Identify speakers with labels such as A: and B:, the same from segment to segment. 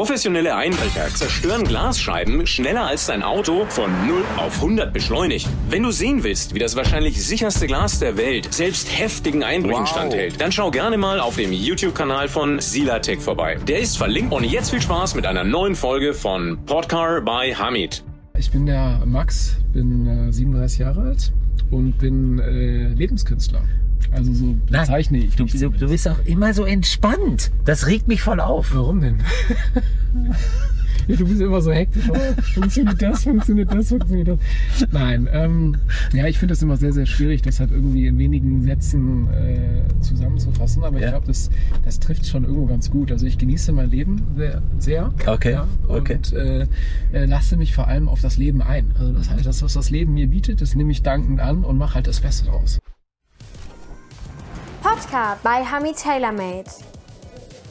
A: Professionelle Einbrecher zerstören Glasscheiben schneller als dein Auto von 0 auf 100 beschleunigt. Wenn du sehen willst, wie das wahrscheinlich sicherste Glas der Welt selbst heftigen Einbrüchen
B: Wow.
A: standhält, dann schau gerne mal auf dem YouTube-Kanal von Silatech vorbei. Der ist verlinkt und jetzt viel Spaß mit einer neuen Folge von Podcar by Hamid.
C: Ich bin der Max, bin äh, 37 Jahre alt und bin äh, Lebenskünstler. Also so
D: Nein,
C: bezeichne ich
D: Du,
C: mich
D: du, du
C: zumindest.
D: bist auch immer so entspannt. Das regt mich voll auf.
C: Warum denn? ja, du bist immer so hektisch. Oh, funktioniert das, funktioniert das, funktioniert das. Nein, ähm, ja, ich finde das immer sehr, sehr schwierig, das halt irgendwie in wenigen Sätzen äh, zusammenzufassen. Aber
D: Ja.
C: ich glaube, das, das trifft schon irgendwo ganz gut. Also ich genieße mein Leben sehr. sehr
D: Okay,
C: Ja,
D: okay.
C: Und äh, äh, lasse mich vor allem auf das Leben ein. Also das heißt, das, was das Leben mir bietet, das nehme ich dankend an und mache halt das Beste draus.
E: Podcast bei Hami TaylorMade.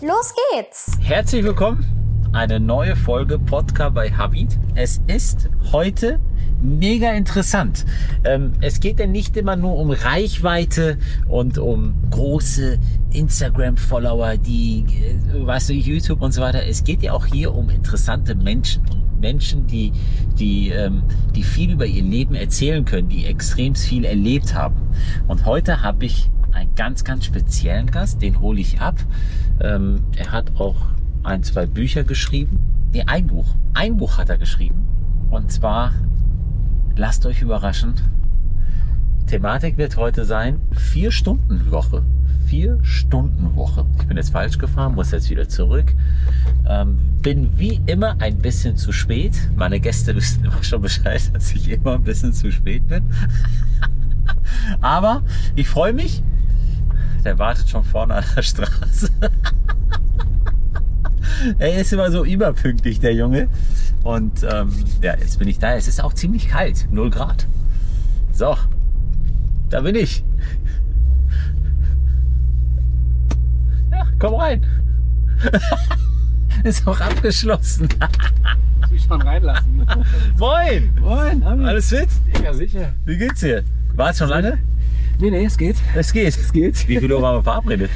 E: Los geht's!
D: Herzlich willkommen. Eine neue Folge Podcast bei Habit. Es ist heute mega interessant. Ähm, es geht ja nicht immer nur um Reichweite und um große Instagram-Follower, die, äh, weißt du, YouTube und so weiter. Es geht ja auch hier um interessante Menschen, um Menschen, die, die, ähm, die viel über ihr Leben erzählen können, die extrem viel erlebt haben. Und heute habe ich einen ganz, ganz speziellen Gast, den hole ich ab. Ähm, er hat auch ein, zwei Bücher geschrieben. Nee, ein Buch. Ein Buch hat er geschrieben. Und zwar, lasst euch überraschen. Thematik wird heute sein, vier Stunden Woche. Vier Stunden Woche. Ich bin jetzt falsch gefahren, muss jetzt wieder zurück. Ähm, bin wie immer ein bisschen zu spät. Meine Gäste wissen immer schon Bescheid, dass ich immer ein bisschen zu spät bin. Aber ich freue mich. Der wartet schon vorne an der Straße. er ist immer so überpünktlich, der Junge. Und ähm, ja, jetzt bin ich da. Es ist auch ziemlich kalt, 0 Grad. So, da bin ich. Ja, komm rein. ist auch abgeschlossen.
C: Muss mich schon reinlassen.
D: Moin!
C: Moin, Alles
D: Alles fit?
C: sicher, sicher.
D: Wie geht's dir? War's schon lange?
C: Nee, nee, es geht.
D: Es geht.
C: Es geht.
D: Wie viel Uhr waren wir verabredet?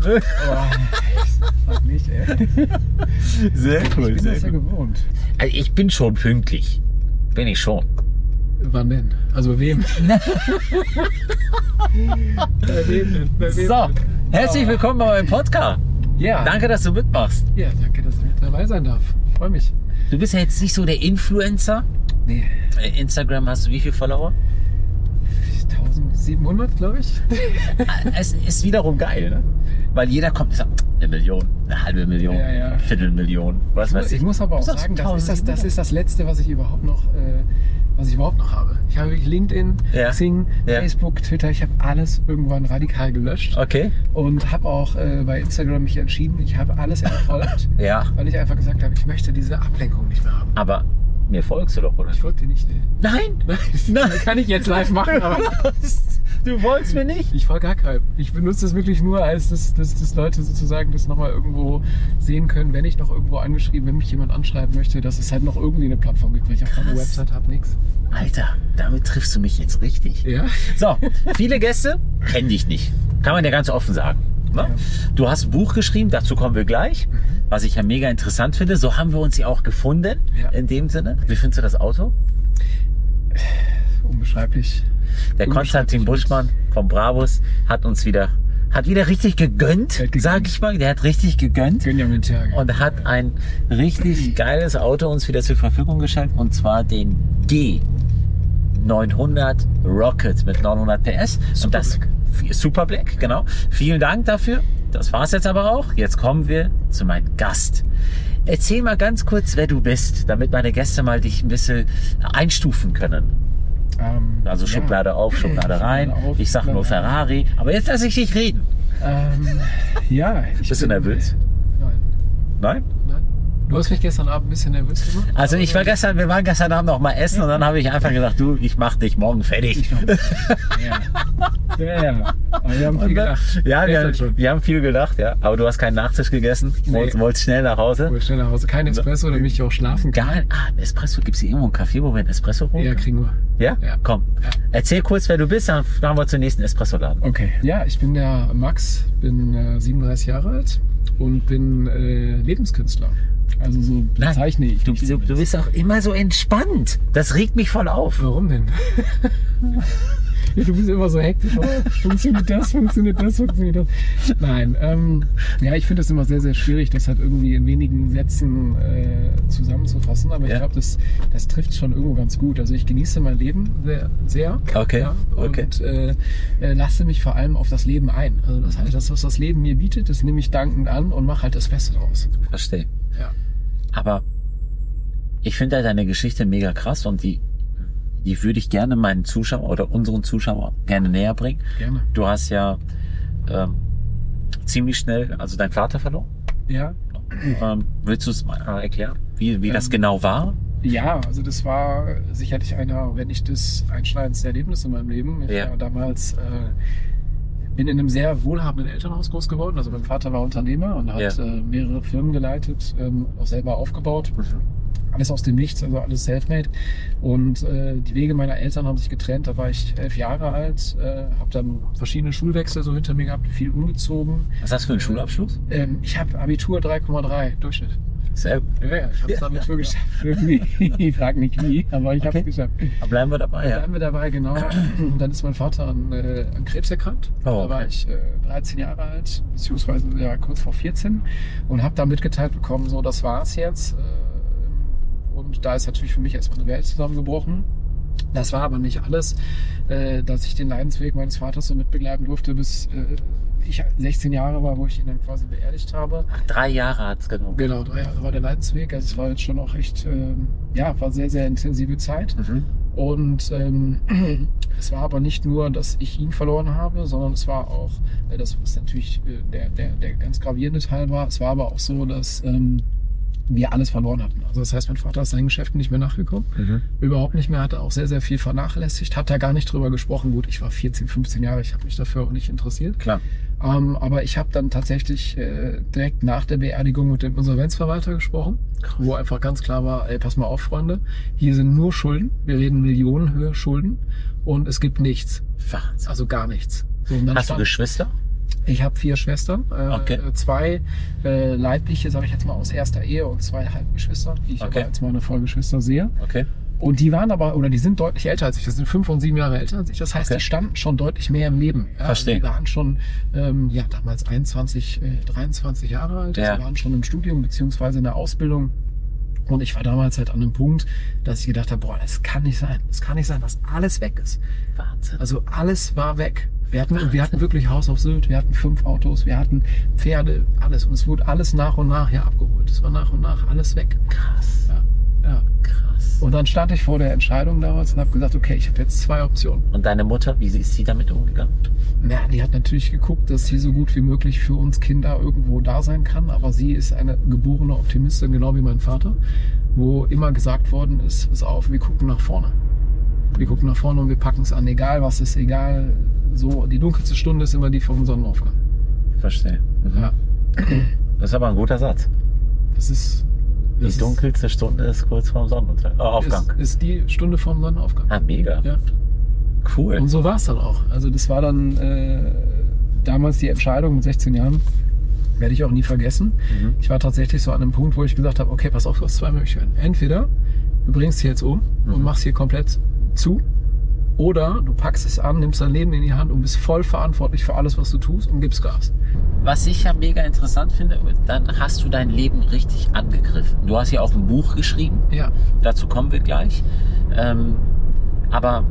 C: Boah, sag nicht, ey.
D: Sehr
C: Ich bin das ja gewohnt.
D: Also ich bin schon pünktlich. Bin ich schon.
C: Wann denn? Also bei wem? bei wem denn? Bei wem
D: So,
C: denn?
D: herzlich willkommen bei meinem Podcast.
C: Ja.
D: Danke, dass du mitmachst.
C: Ja, danke, dass ich mit dabei sein darf. Freue mich.
D: Du bist ja jetzt nicht so der Influencer.
C: Nee.
D: Äh, Instagram hast du wie viele Follower?
C: 1700, glaube ich.
D: Es ist wiederum geil, ne? Weil jeder kommt und sagt, eine Million, eine halbe Million,
C: Ja, ja.
D: Viertelmillion, was weiß ich.
C: Also, Ich muss aber auch
D: Du sagst
C: sagen, das ist das, das
D: 1700.
C: ist das Letzte, was ich überhaupt noch, äh, was ich überhaupt noch habe. Ich habe wirklich LinkedIn,
D: Ja.
C: Xing,
D: Ja.
C: Facebook, Twitter. Ich habe alles irgendwann radikal gelöscht
D: Okay.
C: und habe auch äh, bei Instagram mich entschieden. Ich habe alles entfolgt,
D: Ja,
C: weil ich einfach gesagt habe, ich möchte diese Ablenkung nicht mehr haben.
D: aber mir folgst du doch, oder?
C: Ich folge dir nicht. äh, Nee.
D: Nein! Nein!
C: Kann ich jetzt live machen, aber
D: Du folgst mir nicht?
C: ich folge gar keinem. Ich benutze das wirklich nur, als dass, dass, dass Leute sozusagen das nochmal irgendwo sehen können, wenn ich noch irgendwo angeschrieben, wenn mich jemand anschreiben möchte, dass es halt noch irgendwie eine Plattform gibt, weil ich auch keine
D: Krass.
C: Website habe, nix.
D: Alter, damit triffst du mich jetzt richtig.
C: Ja.
D: So, viele Gäste kennen dich nicht. Kann man ja ganz offen sagen. Ne? Du hast ein Buch geschrieben, dazu kommen wir
C: Mhm.
D: gleich, was ich ja mega interessant finde. So haben wir uns ja auch gefunden,
C: Ja.
D: in dem Sinne. Wie findest du das Auto?
C: Unbeschreiblich.
D: Der
C: Unbeschreiblich.
D: Konstantin Buschmann vom Brabus hat uns wieder, hat wieder richtig gegönnt,
C: Er hat gegönnt.
D: sag ich mal. Der hat richtig gegönnt
C: Benjamin Terge.
D: und hat ein richtig geiles Auto uns wieder zur Verfügung gestellt und zwar den G900 Rocket mit 900 PS und das Super Black, genau. Vielen Dank dafür. Das war's jetzt aber auch. Jetzt kommen wir zu meinem Gast. Erzähl mal ganz kurz, wer du bist, damit meine Gäste mal dich ein bisschen einstufen können.
C: ähm,
D: Also Schublade auf, Schublade rein.
C: Schublade auf,
D: ich sag nur
C: Schublade
D: Ferrari. Aber jetzt lass ich dich reden.
C: Ähm, ja. Ich
D: Bist du
C: bin-
D: nervös?
C: Nein.
D: Nein?
C: Nein. Du hast mich gestern Abend ein bisschen nervös gemacht.
D: Also ich war gestern, wir waren gestern Abend noch mal essen und dann habe ich einfach gesagt, du, ich mach dich morgen fertig.
C: Ja. ja, ja. Aber wir haben viel
D: Und dann,
C: gedacht.
D: ja, wir
C: Gestern
D: haben, wir haben viel gelacht, ja. Aber du hast keinen Nachtisch gegessen,
C: Nee.
D: wolltest, wolltest schnell nach Hause.
C: Ruhe, schnell nach Hause. Kein Espresso, damit ich auch schlafen kann.
D: Geil. Ah, ein Espresso. Gibt es hier irgendwo einen Kaffee, wo wir einen Espresso holen?
C: Ja,
D: können?
C: kriegen wir.
D: ja?
C: ja.
D: Komm.
C: Ja.
D: Erzähl kurz, wer du bist, dann fahren wir zum nächsten Espresso-Laden.
C: Okay. Ja, ich bin der Max, bin äh, 37 Jahre alt und bin äh, Lebenskünstler. Also so
D: Nein,
C: bezeichne ich.
D: Du,
C: mich
D: du, du
C: zumindest.
D: bist auch immer so entspannt. Das regt mich voll auf.
C: Warum denn? ja, du bist immer so hektisch. Oh, funktioniert das, funktioniert das, funktioniert das. Nein, ähm, ja, ich finde das immer sehr, sehr schwierig, das halt irgendwie in wenigen Sätzen äh, zusammenzufassen. Aber
D: Ja.
C: ich glaube, das, das trifft schon irgendwo ganz gut. Also ich genieße mein Leben sehr. sehr
D: Okay,
C: ja,
D: okay.
C: Und äh, äh, lasse mich vor allem auf das Leben ein. Also das heißt, das, was das Leben mir bietet, das nehme ich dankend an und mache halt das Beste draus.
D: Verstehe.
C: Ja.
D: Aber ich finde halt deine Geschichte mega krass und die, die würde ich gerne meinen Zuschauern oder unseren Zuschauern gerne näher bringen.
C: Gerne.
D: Du hast ja ähm, ziemlich schnell, also deinen Vater verloren.
C: Ja,
D: Ähm, willst du es mal äh, erklären, wie, wie das
C: Mhm. Ähm,
D: genau war?
C: Ja, also das war sicherlich einer, wenn nicht das einschneidendste Erlebnis in meinem Leben. Ich
D: Ja.
C: war damals, äh, bin in einem sehr wohlhabenden Elternhaus groß geworden. Also mein Vater war Unternehmer und hat
D: Ja.
C: äh, mehrere Firmen geleitet, ähm, auch selber aufgebaut.
D: Mhm.
C: Alles aus dem Nichts, also alles selfmade. Und äh, die Wege meiner Eltern haben sich getrennt. Da war ich elf Jahre alt, äh, habe dann verschiedene Schulwechsel so hinter mir gehabt, viel umgezogen.
D: Was hast du für einen Schulabschluss?
C: Ähm, ich habe Abitur 3,3 Durchschnitt.
D: Sehr gut.
C: Ja, ja, ich habe es damit schon geschafft. Irgendwie. Ich frage nicht wie, aber ich habe
D: Okay.
C: es geschafft.
D: Aber Bleiben wir dabei,
C: Da
D: ja.
C: haben wir dabei, genau. Und dann ist mein Vater an, äh, an Krebs erkrankt.
D: Oh, okay.
C: Da war ich äh, 13 Jahre alt, beziehungsweise ja, kurz vor 14 und habe da mitgeteilt bekommen, so, das war's jetzt. Äh, und da ist natürlich für mich erstmal eine Welt zusammengebrochen. Das war aber nicht alles, äh, dass ich den Leidensweg meines Vaters so mitbegleiten durfte, bis äh, ich 16 Jahre war, wo ich ihn dann quasi beerdigt habe.
D: Drei Jahre hat's genommen.
C: Genau, drei Jahre war der Leidensweg. Also es war jetzt schon auch echt, ähm, ja, war sehr, sehr intensive Zeit.
D: Mhm.
C: Und ähm, es war aber nicht nur, dass ich ihn verloren habe, sondern es war auch, äh, das ist natürlich äh, der, der, der ganz gravierende Teil war, es war aber auch so, dass ähm, wir alles verloren hatten. Also das heißt, mein Vater ist seinen Geschäften nicht mehr nachgekommen,
D: Mhm.
C: überhaupt nicht mehr, hat er auch sehr, sehr viel vernachlässigt, hat da gar nicht drüber gesprochen. Gut, ich war 14, 15 Jahre, ich habe mich dafür auch nicht interessiert.
D: Klar.
C: Ähm, aber ich habe dann tatsächlich äh, direkt nach der Beerdigung mit dem Insolvenzverwalter gesprochen, wo einfach ganz klar war, ey, pass mal auf, Freunde, hier sind nur Schulden, wir reden Millionenhöhe Schulden und es gibt nichts,
D: Wahnsinn.
C: also gar nichts. So, und dann
D: Hast du
C: stand-
D: Geschwister?
C: ich habe vier Schwestern, äh,
D: Okay.
C: zwei äh, leibliche, sage ich jetzt mal, aus erster Ehe und zwei Halbgeschwister, die ich
D: Okay.
C: aber als meine Vollgeschwister sehe.
D: Okay.
C: Und die waren aber, oder die sind deutlich älter als ich. Das sind fünf und sieben Jahre älter als ich. Das heißt,
D: Okay.
C: die standen schon deutlich mehr im Leben. Ja,
D: Verstehe.
C: Die waren schon, ähm, ja, damals 21, äh, 23 Jahre alt.
D: Ja.
C: Die waren schon im Studium beziehungsweise in der Ausbildung. Und ich war damals halt an einem Punkt, dass ich gedacht habe, boah, das kann nicht sein. Das kann nicht sein, dass alles weg ist.
D: Wahnsinn.
C: Also alles war weg. Wir hatten, wir hatten wirklich Haus auf Sylt, wir hatten fünf Autos, wir hatten Pferde, alles. Und es wurde alles nach und nach hier abgeholt. Es war nach und nach alles weg.
D: krass.
C: Ja. ja.
D: Krass.
C: Und dann stand ich vor der Entscheidung damals und habe gesagt, okay, ich habe jetzt zwei Optionen.
D: Und deine Mutter, wie ist sie damit umgegangen?
C: Na, die hat natürlich geguckt, dass sie so gut wie möglich für uns Kinder irgendwo da sein kann, aber sie ist eine geborene Optimistin, genau wie mein Vater, wo immer gesagt worden ist, pass auf, wir gucken nach vorne. Wir gucken nach vorne und wir packen es an, egal was ist, egal so. Die dunkelste Stunde ist immer die vom Sonnenaufgang.
D: Verstehe. Mhm.
C: Ja,
D: Das ist aber ein guter Satz.
C: das ist...
D: Die
C: das
D: dunkelste Stunde ist kurz vorm Sonnenuntergang. Äh,
C: ist, ist,
D: Aufgang.
C: ist die Stunde vom Sonnenaufgang.
D: Ah, mega.
C: Ja.
D: Cool.
C: Und so war es dann auch. Also das war dann äh, damals die Entscheidung mit 16 Jahren. Werde ich auch nie vergessen.
D: Mhm.
C: Ich war tatsächlich so an einem Punkt, wo ich gesagt habe, okay, pass auf, du hast zwei Möglichkeiten. Entweder du bringst hier jetzt um
D: Mhm.
C: und machst hier komplett zu. Oder du packst es an, nimmst dein Leben in die Hand und bist voll verantwortlich für alles, was du tust und gibst Gas.
D: Was ich ja mega interessant finde, dann hast du dein Leben richtig angegriffen. Du hast ja auch ein Buch geschrieben.
C: Ja,
D: Dazu kommen wir gleich. Ähm, aber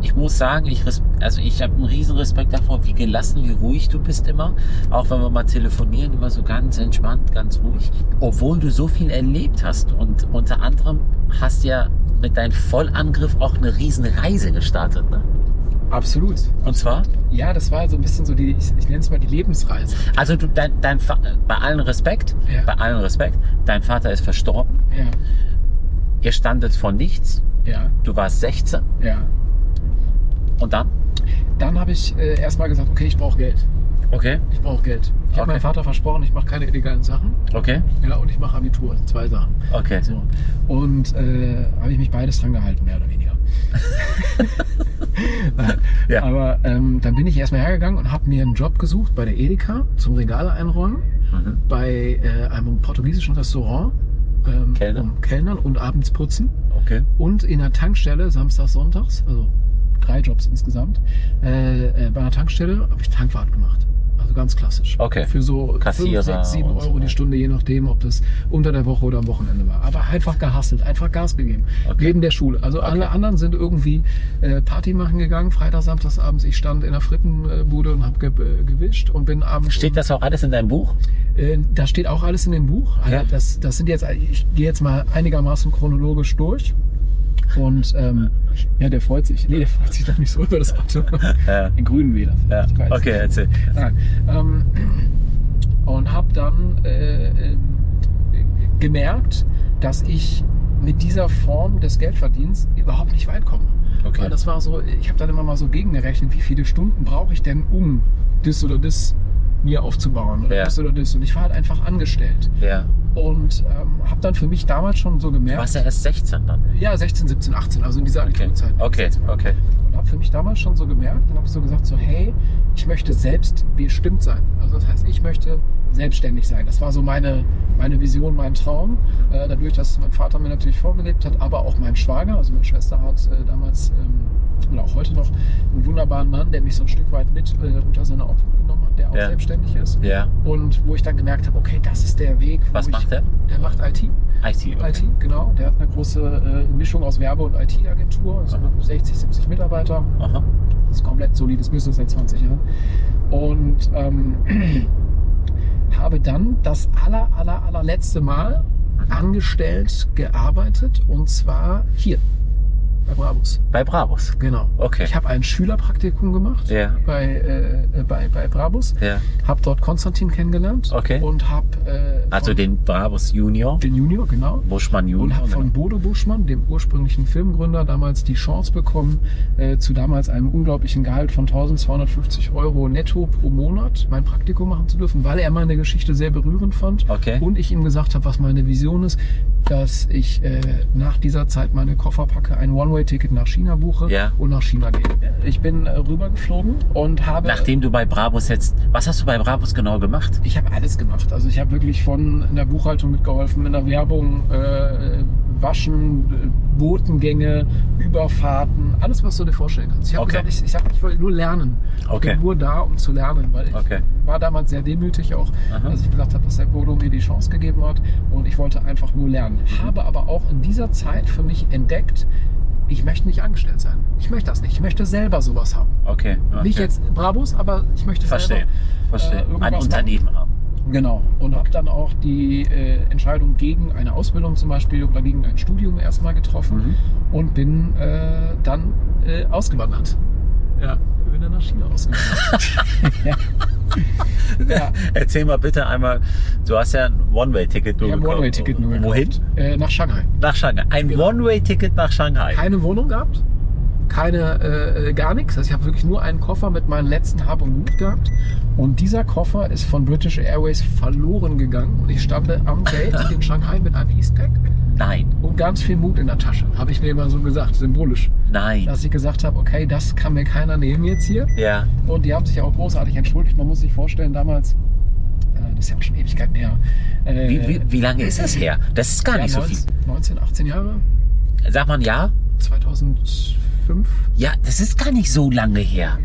D: ich muss sagen, ich, res- also ich habe einen riesen Respekt davor, wie gelassen, wie ruhig du bist immer. Auch wenn wir mal telefonieren, immer so ganz entspannt, ganz ruhig. Obwohl du so viel erlebt hast und unter anderem hast ja mit deinem Vollangriff auch eine riesen Reise gestartet. Ne?
C: absolut.
D: Und zwar,
C: Ja, das war so ein bisschen so die, ich, ich nenne es mal die Lebensreise.
D: also du, dein, dein, Fa- bei allen Respekt,
C: Ja.
D: bei allen Respekt, dein Vater ist verstorben.
C: Ja,
D: Ihr standet vor nichts.
C: ja,
D: Du warst 16
C: ja.
D: und dann?
C: Dann habe ich äh, erstmal gesagt, okay, ich brauche Geld.
D: Okay,
C: Ich brauche Geld. Ich
D: Okay.
C: habe meinem Vater versprochen, ich mache keine illegalen Sachen.
D: okay,
C: Ja, und ich mache Abitur, also zwei Sachen.
D: okay.
C: So. Und äh, habe ich mich beides dran gehalten, mehr oder weniger. Nein.
D: Ja.
C: Aber ähm, dann bin ich erstmal hergegangen und habe mir einen Job gesucht bei der Edeka zum Regale einräumen, bei äh, einem portugiesischen Restaurant. Ähm,
D: Kellner?
C: Und Kellnern und abends putzen.
D: Okay.
C: Und in der Tankstelle, samstags, sonntags, also drei Jobs insgesamt, äh, äh, bei einer Tankstelle habe ich Tankwart gemacht. Also ganz klassisch.
D: Okay.
C: Für so
D: Kassierer
C: 5, 6, 7
D: und so
C: Euro die
D: weiter.
C: Stunde, je nachdem, ob das unter der Woche oder am Wochenende war. Aber einfach gehasselt, einfach Gas gegeben.
D: Okay.
C: Neben der Schule. Also alle anderen sind irgendwie äh, Party machen gegangen, Freitag, Samstags abends. Ich stand in der Frittenbude und habe ge äh, gewischt und bin abends. um
D: Steht das auch alles in deinem Buch?
C: Äh, da steht auch alles in dem Buch. Also
D: Ja.
C: Das, das sind jetzt, ich gehe jetzt mal einigermaßen chronologisch durch. Und ähm, ja, der freut sich. Nee, der freut sich noch nicht so über das Auto.
D: Äh, Ja.
C: Den grünen Wähler.
D: Ja.
C: Ich weiß
D: Okay,
C: nicht.
D: erzähl.
C: Nein. Ähm, und habe dann äh, äh, gemerkt, dass ich mit dieser Form des Geldverdienens überhaupt nicht weit komme.
D: Okay.
C: Weil das war so, ich habe dann immer mal so gegengerechnet, wie viele Stunden brauche ich denn, um das oder das mir aufzubauen oder
D: Ja.
C: das oder das. Und ich war halt einfach angestellt
D: Ja.
C: und ähm, habe dann für mich damals schon so
D: Du
C: gemerkt,
D: warst ja erst 16 dann.
C: ja 16, 17, 18, also in dieser
D: Okay.
C: Agenturzeit
D: Okay, okay.
C: und habe für mich damals schon so gemerkt und habe so gesagt, so hey, ich möchte selbst bestimmt sein. Also das heißt, ich möchte selbstständig sein. Das war so meine, meine Vision, mein Traum.
D: Mhm.
C: Äh, dadurch, dass mein Vater mir natürlich vorgelebt hat, aber auch mein Schwager, also meine Schwester hat äh, damals ähm, oder auch heute noch einen wunderbaren Mann, der mich so ein Stück weit mit äh, unter seine Obhut genommen hat, der auch
D: Ja.
C: selbstständig ist.
D: Ja.
C: Und wo ich dann gemerkt habe, okay, das ist der Weg. Wo
D: Was
C: ich,
D: macht er?
C: Der macht IT.
D: IT. Okay.
C: IT, genau. Der hat eine große äh, Mischung aus Werbe- und IT-Agentur, also
D: Aha.
C: 60, 70 Mitarbeiter.
D: Aha.
C: Das ist ein komplett solides Business seit 20 Jahren. Und ähm, habe dann das aller, aller, allerletzte Mal angestellt gearbeitet und zwar hier bei Brabus.
D: Bei Brabus.
C: Genau.
D: Okay.
C: Ich habe ein Schülerpraktikum gemacht
D: Ja.
C: bei, äh, äh, bei, bei Brabus,
D: Ja.
C: habe dort Konstantin kennengelernt
D: Okay.
C: und habe äh,
D: Also
C: von-
D: den Brabus Junior,
C: den Junior, genau.
D: Buschmann
C: Und
D: Junior. genau.
C: habe von Bodo Buschmann, dem ursprünglichen Filmgründer, damals die Chance bekommen, äh, zu damals einem unglaublichen Gehalt von 1250 Euro netto pro Monat mein Praktikum machen zu dürfen, weil er meine Geschichte sehr berührend fand.
D: Okay.
C: Und ich ihm gesagt habe, was meine Vision ist, dass ich äh, nach dieser Zeit meine Koffer packe, ein One-Way-Ticket nach China buche
D: Ja.
C: und nach China gehe. Ich bin äh, rübergeflogen und habe...
D: Nachdem du bei Brabus jetzt, was hast du bei Brabus genau gemacht?
C: Ich habe alles gemacht. Also ich habe wirklich von in der Buchhaltung mitgeholfen, in der Werbung, äh, Waschen, äh, Botengänge, Überfahrten, alles, was du dir vorstellen kannst. Ich habe
D: Okay.
C: gesagt, ich, ich, sag, ich wollte nur lernen.
D: Okay.
C: Ich bin nur da, um zu lernen, weil ich
D: Okay. Mhm.
C: war damals sehr demütig auch,
D: Aha.
C: dass ich gesagt habe, dass der Bodo mir die Chance gegeben hat und ich wollte einfach nur lernen.
D: Mhm.
C: Habe aber auch in dieser Zeit für mich entdeckt, ich möchte nicht angestellt sein. Ich möchte das nicht. Ich möchte selber sowas haben.
D: Okay. okay.
C: Nicht jetzt Brabus, aber ich möchte
D: Verstehe.
C: selber äh,
D: Verstehe.
C: irgendwas
D: Ein
C: machen.
D: Unternehmen haben.
C: Genau. Und habe dann auch die äh, Entscheidung gegen eine Ausbildung zum Beispiel oder gegen ein Studium erstmal getroffen und bin äh, dann äh, ausgewandert. Ja, bin dann nach China ausgewandert. ja.
D: Erzähl mal bitte einmal, du hast ja ein One-Way-Ticket nur
C: Ich habe ein
D: gekauft.
C: One-Way-Ticket nur gekauft.
D: Wohin?
C: Äh, nach Shanghai.
D: Nach Shanghai. Ein
C: Genau.
D: One-Way-Ticket nach Shanghai.
C: Keine Wohnung gehabt, keine, äh, äh, gar nichts. Also ich habe wirklich nur einen Koffer mit meinen letzten Hab und Gut gehabt. Und dieser Koffer ist von British Airways verloren gegangen. Und ich stande am Gate in Shanghai mit einem Eastpack.
D: Nein.
C: und ganz viel Mut in der Tasche, habe ich mir immer so gesagt, symbolisch.
D: Nein.
C: Dass ich gesagt habe, okay, das kann mir keiner nehmen jetzt hier.
D: ja.
C: Und die haben sich auch großartig entschuldigt. Man muss sich vorstellen, damals, äh, das ist ja auch schon Ewigkeiten her. Äh,
D: Wie, wie, wie lange ist das her? Das ist gar
C: ja,
D: nicht so viel.
C: 19, 19, 18 Jahre,
D: Sag mal ein Jahr?
C: 2005.
D: Ja, das ist gar nicht so lange her.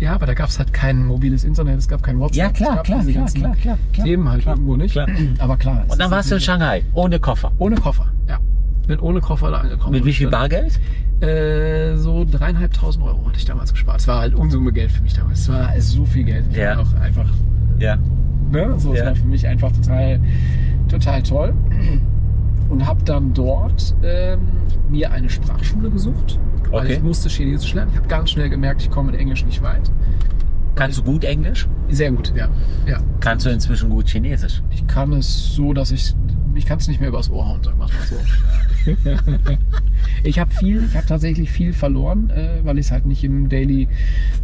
C: Ja, aber da gab es halt kein mobiles Internet, es gab kein WhatsApp.
D: Ja, klar,
C: es gab
D: klar,
C: diese
D: klar,
C: ganzen
D: klar, klar, klar,
C: Themen halt
D: klar,
C: irgendwo nicht.
D: klar.
C: Aber klar. es
D: Und dann
C: ist
D: warst du in
C: natürlich-
D: Shanghai, ohne Koffer.
C: Ohne Koffer, ja. Bin ohne Koffer da angekommen.
D: Mit wie viel Bargeld?
C: Äh, so dreieinhalbtausend Euro hatte ich damals gespart. Es war halt Unsumme Geld für mich damals. Es war also so viel Geld. Ich
D: Ja.
C: war auch einfach,
D: Ja.
C: ne? So, es
D: Ja.
C: war für mich einfach total, total toll. Und habe dann dort ähm, mir eine Sprachschule gesucht. Weil
D: Okay.
C: ich musste Chinesisch lernen. Ich habe ganz schnell gemerkt, ich komme mit Englisch nicht weit.
D: Kannst du gut Englisch?
C: Sehr gut, ja. ja.
D: Kannst du inzwischen gut Chinesisch?
C: Ich kann es so, dass ich. Ich kann es nicht mehr übers Ohr hauen, sagen wir mal so. ich habe viel, ich habe tatsächlich viel verloren, äh, weil ich es halt nicht im Daily,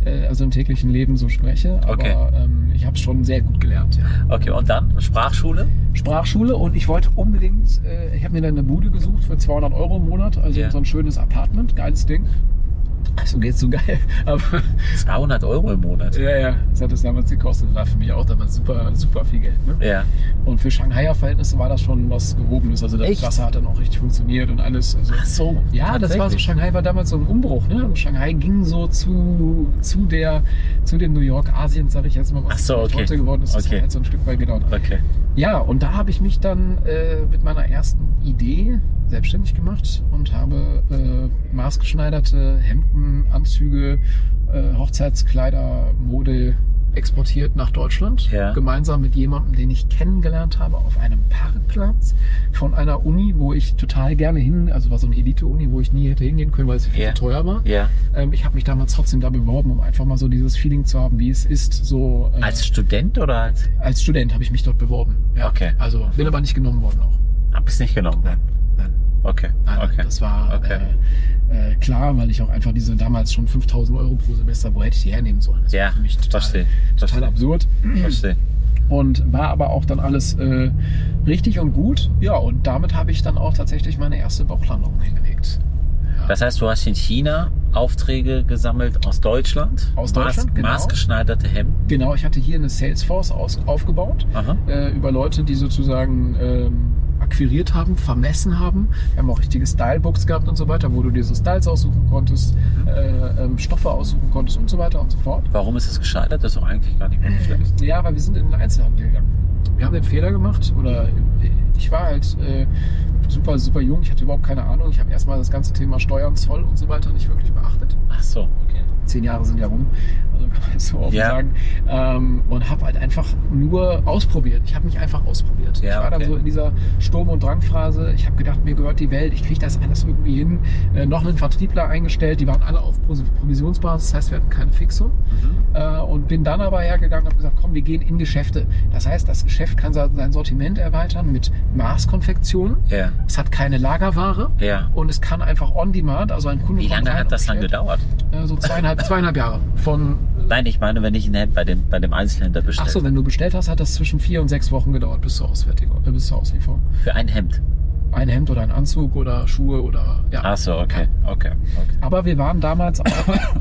C: äh, also im täglichen Leben so spreche. Aber
D: Okay.
C: ähm, ich habe es schon sehr gut gelernt, ja.
D: Okay, und dann Sprachschule?
C: Sprachschule und ich wollte unbedingt, äh, ich habe mir dann eine Bude gesucht für 200 Euro im Monat, also
D: Ja.
C: so ein schönes Apartment, geiles Ding. So geht's so geil. Aber
D: 200 Euro im Monat.
C: ja, ja, das hat es damals gekostet. War für mich auch damals super, super viel Geld. Ne?
D: Ja.
C: Und für Shanghaier Verhältnisse war das schon was Gehobenes. Also das
D: Echt?
C: Wasser hat dann auch richtig funktioniert und alles. Also,
D: so.
C: ja, das war so, Shanghai war damals so ein Umbruch. Ne? Und Shanghai ging so zu, zu, der, zu dem New York Asiens, sage ich jetzt mal, was
D: Ach so,
C: es
D: okay.
C: heute geworden ist.
D: Okay.
C: Das hat so ein Stück weit genau. gedauert.
D: Okay.
C: Ja, und da habe ich mich dann äh, mit meiner ersten Idee selbstständig gemacht und habe äh, maßgeschneiderte Hemden, Anzüge, äh, Hochzeitskleider, Mode exportiert nach Deutschland.
D: Ja.
C: Gemeinsam mit jemandem, den ich kennengelernt habe auf einem Parkplatz von einer Uni, wo ich total gerne hin, also war so eine Elite-Uni, wo ich nie hätte hingehen können, weil es viel
D: Ja.
C: zu teuer war.
D: Ja.
C: Ähm, ich habe mich damals trotzdem da beworben, um einfach mal so dieses Feeling zu haben, wie es ist, so äh,
D: Als Student oder als.
C: als Student habe ich mich dort beworben. Ja.
D: Okay.
C: Also bin aber nicht genommen worden auch.
D: Hab es nicht genommen.
C: Nein, nein,
D: Okay.
C: nein. nein.
D: okay.
C: Das war
D: Okay.
C: äh, äh, klar, weil ich auch einfach diese damals schon 5000 Euro pro Semester, wo hätte ich die hernehmen sollen? Das
D: ja,
C: war für mich total,
D: verstehe.
C: total
D: Verstehe.
C: absurd.
D: Verstehe.
C: Und war aber auch dann alles äh, richtig und gut. Ja, und damit habe ich dann auch tatsächlich meine erste Bauchlandung hingelegt.
D: Das heißt, du hast in China Aufträge gesammelt aus Deutschland.
C: Aus Deutschland, genau.
D: Maßgeschneiderte Hemden.
C: Genau, ich hatte hier eine Salesforce aus, aufgebaut.
D: Aha.
C: äh, über Leute, die sozusagen ähm, akquiriert haben, vermessen haben. Wir haben auch richtige Stylebooks gehabt und so weiter, wo du dir so Styles aussuchen konntest, äh, ähm, Stoffe aussuchen konntest und so weiter und so fort.
D: Warum ist es gescheitert? Das ist doch eigentlich gar nicht mehr schlecht.
C: Ja, weil wir sind in den Einzelhandel gegangen. Wir haben den Fehler gemacht oder ich war halt äh, super, super jung, ich hatte überhaupt keine Ahnung. Ich habe erstmal das ganze Thema Steuern, Zoll und so weiter nicht wirklich beachtet.
D: Ach so, okay.
C: zehn Jahre sind ja rum, also kann man das so offen
D: Ja.
C: sagen. Ähm, und habe halt einfach nur ausprobiert. Ich habe mich einfach ausprobiert.
D: Ja,
C: ich war
D: okay.
C: dann so in dieser Sturm- und Drangphase. Ich habe gedacht, mir gehört die Welt, ich kriege das alles irgendwie hin. Äh, noch einen Vertriebler eingestellt, die waren alle auf Pro- Provisionsbasis, das heißt, wir hatten keine Fixung. Äh, und bin dann aber hergegangen und habe gesagt, komm, wir gehen in Geschäfte. Das heißt, das Geschäft kann sa- sein Sortiment erweitern mit Maßkonfektionen.
D: Ja,
C: Es hat keine Lagerware.
D: ja.
C: Und es kann einfach on demand, also ein Kunde
D: Wie
C: kommt
D: lange
C: rein
D: hat das
C: und
D: dann
C: bestellt.
D: gedauert?
C: Äh, so zweieinhalb, zweieinhalb Jahre. Von,
D: Nein, ich meine, wenn ich ein Hemd bei dem, bei dem Einzelhändler
C: ach
D: bestelle.
C: so, wenn du bestellt hast, hat das zwischen vier und sechs Wochen gedauert bis zur Ausfertigung, äh, bis zur Auslieferung.
D: Für ein Hemd.
C: Ein Hemd oder ein Anzug oder Schuhe oder, ja.
D: Ach so, okay, okay, okay.
C: Aber wir waren damals auch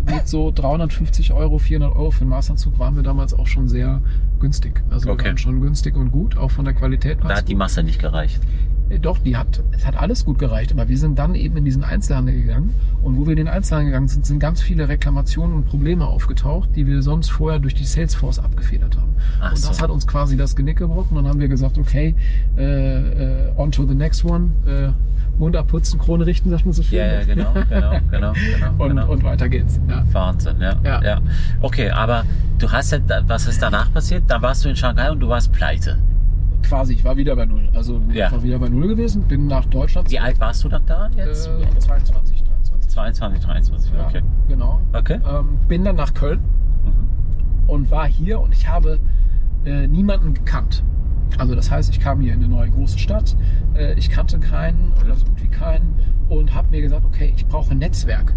C: mit so 350 Euro, 400 Euro für einen Maßanzug waren wir damals auch schon sehr günstig. Also
D: Okay.
C: wir waren schon günstig und gut, auch von der Qualität.
D: Da
C: ganz
D: hat die Masse nicht gereicht.
C: Äh, Doch, die hat, es hat alles gut gereicht, aber wir sind dann eben in diesen Einzelhandel gegangen und wo wir in den Einzelhandel gegangen sind, sind ganz viele Reklamationen und Probleme aufgetaucht, die wir sonst vorher durch die Salesforce abgefedert haben.
D: Ach
C: und
D: so.
C: das hat uns quasi das Genick gebrochen und dann haben wir gesagt, okay, äh, äh, on to the next one, äh, Mund abputzen, Krone richten, sagt man so schön. ne?
D: Ja, ja, genau, genau, genau, genau.
C: und,
D: genau.
C: und weiter geht's. Ja.
D: Wahnsinn, ja, ja.
C: Ja.
D: Okay, aber du hast ja, da- was ist danach passiert? Da warst du in Shanghai und du warst pleite.
C: Quasi, ich war wieder bei Null. Also
D: Ja.
C: ich war wieder bei Null gewesen, bin nach Deutschland.
D: Wie alt warst du dann da
C: äh,
D: jetzt?
C: 22, 23.
D: 22, 23,
C: Ja,
D: okay.
C: Genau.
D: Okay.
C: Ähm, bin dann nach Köln
D: Mhm.
C: und war hier und ich habe äh, niemanden gekannt. Also das heißt, ich kam hier in eine neue große Stadt, äh, ich kannte keinen oder so gut wie keinen und habe mir gesagt, okay, ich brauche ein Netzwerk.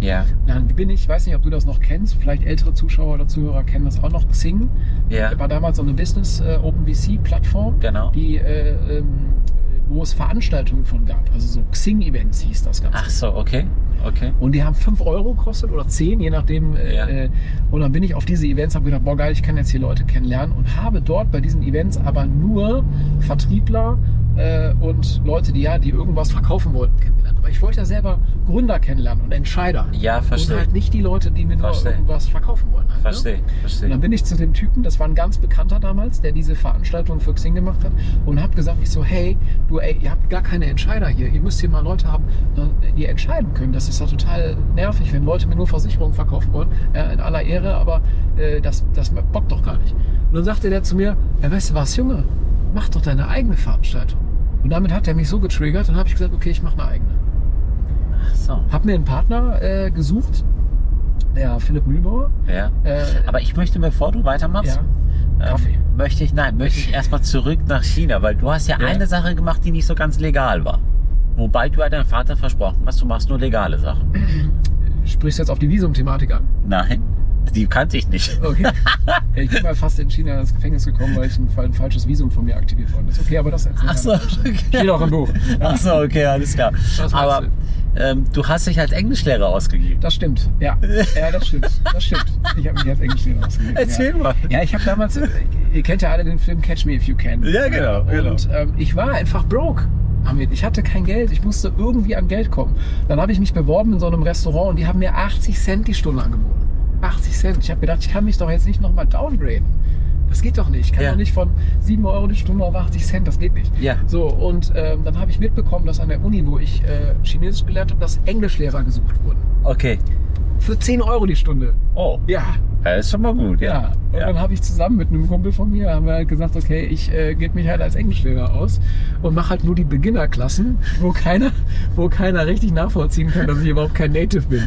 D: Ja,
C: Dann bin ich, weiß nicht, ob du das noch kennst, vielleicht ältere Zuschauer oder Zuhörer kennen das auch noch, Xing
D: ja,
C: war damals so eine Business äh, OpenVC Plattform
D: genau.
C: die, äh, ähm, wo es Veranstaltungen von gab, also so Xing-Events hieß das Ganze.
D: Ach so, okay, okay.
C: Und die haben 5 Euro gekostet oder 10, je nachdem.
D: Ja.
C: Äh, äh, und dann bin ich auf diese Events, habe gedacht, boah geil, ich kann jetzt hier Leute kennenlernen und habe dort bei diesen Events aber nur Vertriebler äh, und Leute, die ja, die irgendwas verkaufen wollten, kennengelernt. Aber ich wollte ja selber Gründer kennenlernen und Entscheider.
D: Ja,
C: Und
D: verstehe.
C: halt nicht die Leute, die mir nur
D: Verstehe.
C: irgendwas verkaufen wollen. Halt, Ne?
D: Verstehe,
C: Und dann
D: verstehe.
C: bin ich zu dem Typen, das war ein ganz bekannter damals, der diese Veranstaltung für Xing gemacht hat und hab gesagt, ich so, hey, du, ey, ihr habt gar keine Entscheider hier, ihr müsst hier mal Leute haben, äh, die entscheiden können. Das ist ja total nervig, wenn Leute mir nur Versicherungen verkaufen wollen, ja, in aller Ehre, aber äh, das, das bockt doch gar nicht. Und dann sagte der zu mir, ja, weißt du was, Junge, mach doch deine eigene Veranstaltung. Und damit hat er mich so getriggert, dann habe ich gesagt, okay, ich mache eine eigene.
D: Ach so,
C: Hab mir einen Partner äh, gesucht, der Philipp Mühlbauer.
D: ja.
C: Äh,
D: Aber ich möchte, bevor du weitermachst,
C: ja, Kaffee.
D: ähm, möchte ich, nein, möchte ich erstmal zurück nach China, weil du hast ja,
C: Ja.
D: eine Sache gemacht, die nicht so ganz legal war. Wobei du ja deinem Vater versprochen hast, du machst nur legale Sachen.
C: sprichst jetzt auf die Visum-Thematik an.
D: Nein, die kannte ich nicht.
C: Okay. ich bin mal fast in China ins Gefängnis gekommen, weil ich ein, ein falsches Visum von mir aktiviert worden ist. Okay, aber das erzählen wir
D: Ach so,
C: an der anderen Stelle.
D: okay.
C: Steht auch im Buch.
D: Ach so, okay, alles klar.
C: meinst
D: Aber Ähm, du hast dich als Englischlehrer ausgegeben.
C: Das stimmt, ja. Ja, das stimmt. Das stimmt. Ich habe mich als Englischlehrer ausgegeben.
D: Erzähl
C: ja.
D: mal.
C: Ja, ich habe damals, äh, ihr kennt ja alle den Film Catch Me If You Can.
D: Ja, genau, genau.
C: Und ähm, ich war einfach broke. Amit. Ich hatte kein Geld, ich musste irgendwie an Geld kommen. Dann habe ich mich beworben in so einem Restaurant und die haben mir 80 Cent die Stunde angeboten. 80 Cent. Ich habe gedacht, ich kann mich doch jetzt nicht nochmal downgraden. Das geht doch nicht. Ich kann
D: Ja.
C: doch nicht von 7 Euro die Stunde auf 80 Cent, das geht nicht.
D: Ja.
C: So, und ähm, dann habe ich mitbekommen, dass an der Uni, wo ich äh, Chinesisch gelernt habe, dass Englischlehrer gesucht wurden.
D: Okay.
C: Für 10 Euro die Stunde.
D: Oh,
C: Ja,
D: das ist schon mal gut,
C: ja.
D: ja.
C: Und dann habe ich zusammen mit einem Kumpel von mir, haben wir halt gesagt, okay, ich äh, gebe mich halt als Englischlehrer aus und mache halt nur die Beginnerklassen, wo keiner, wo keiner richtig nachvollziehen kann, dass ich überhaupt kein Native bin.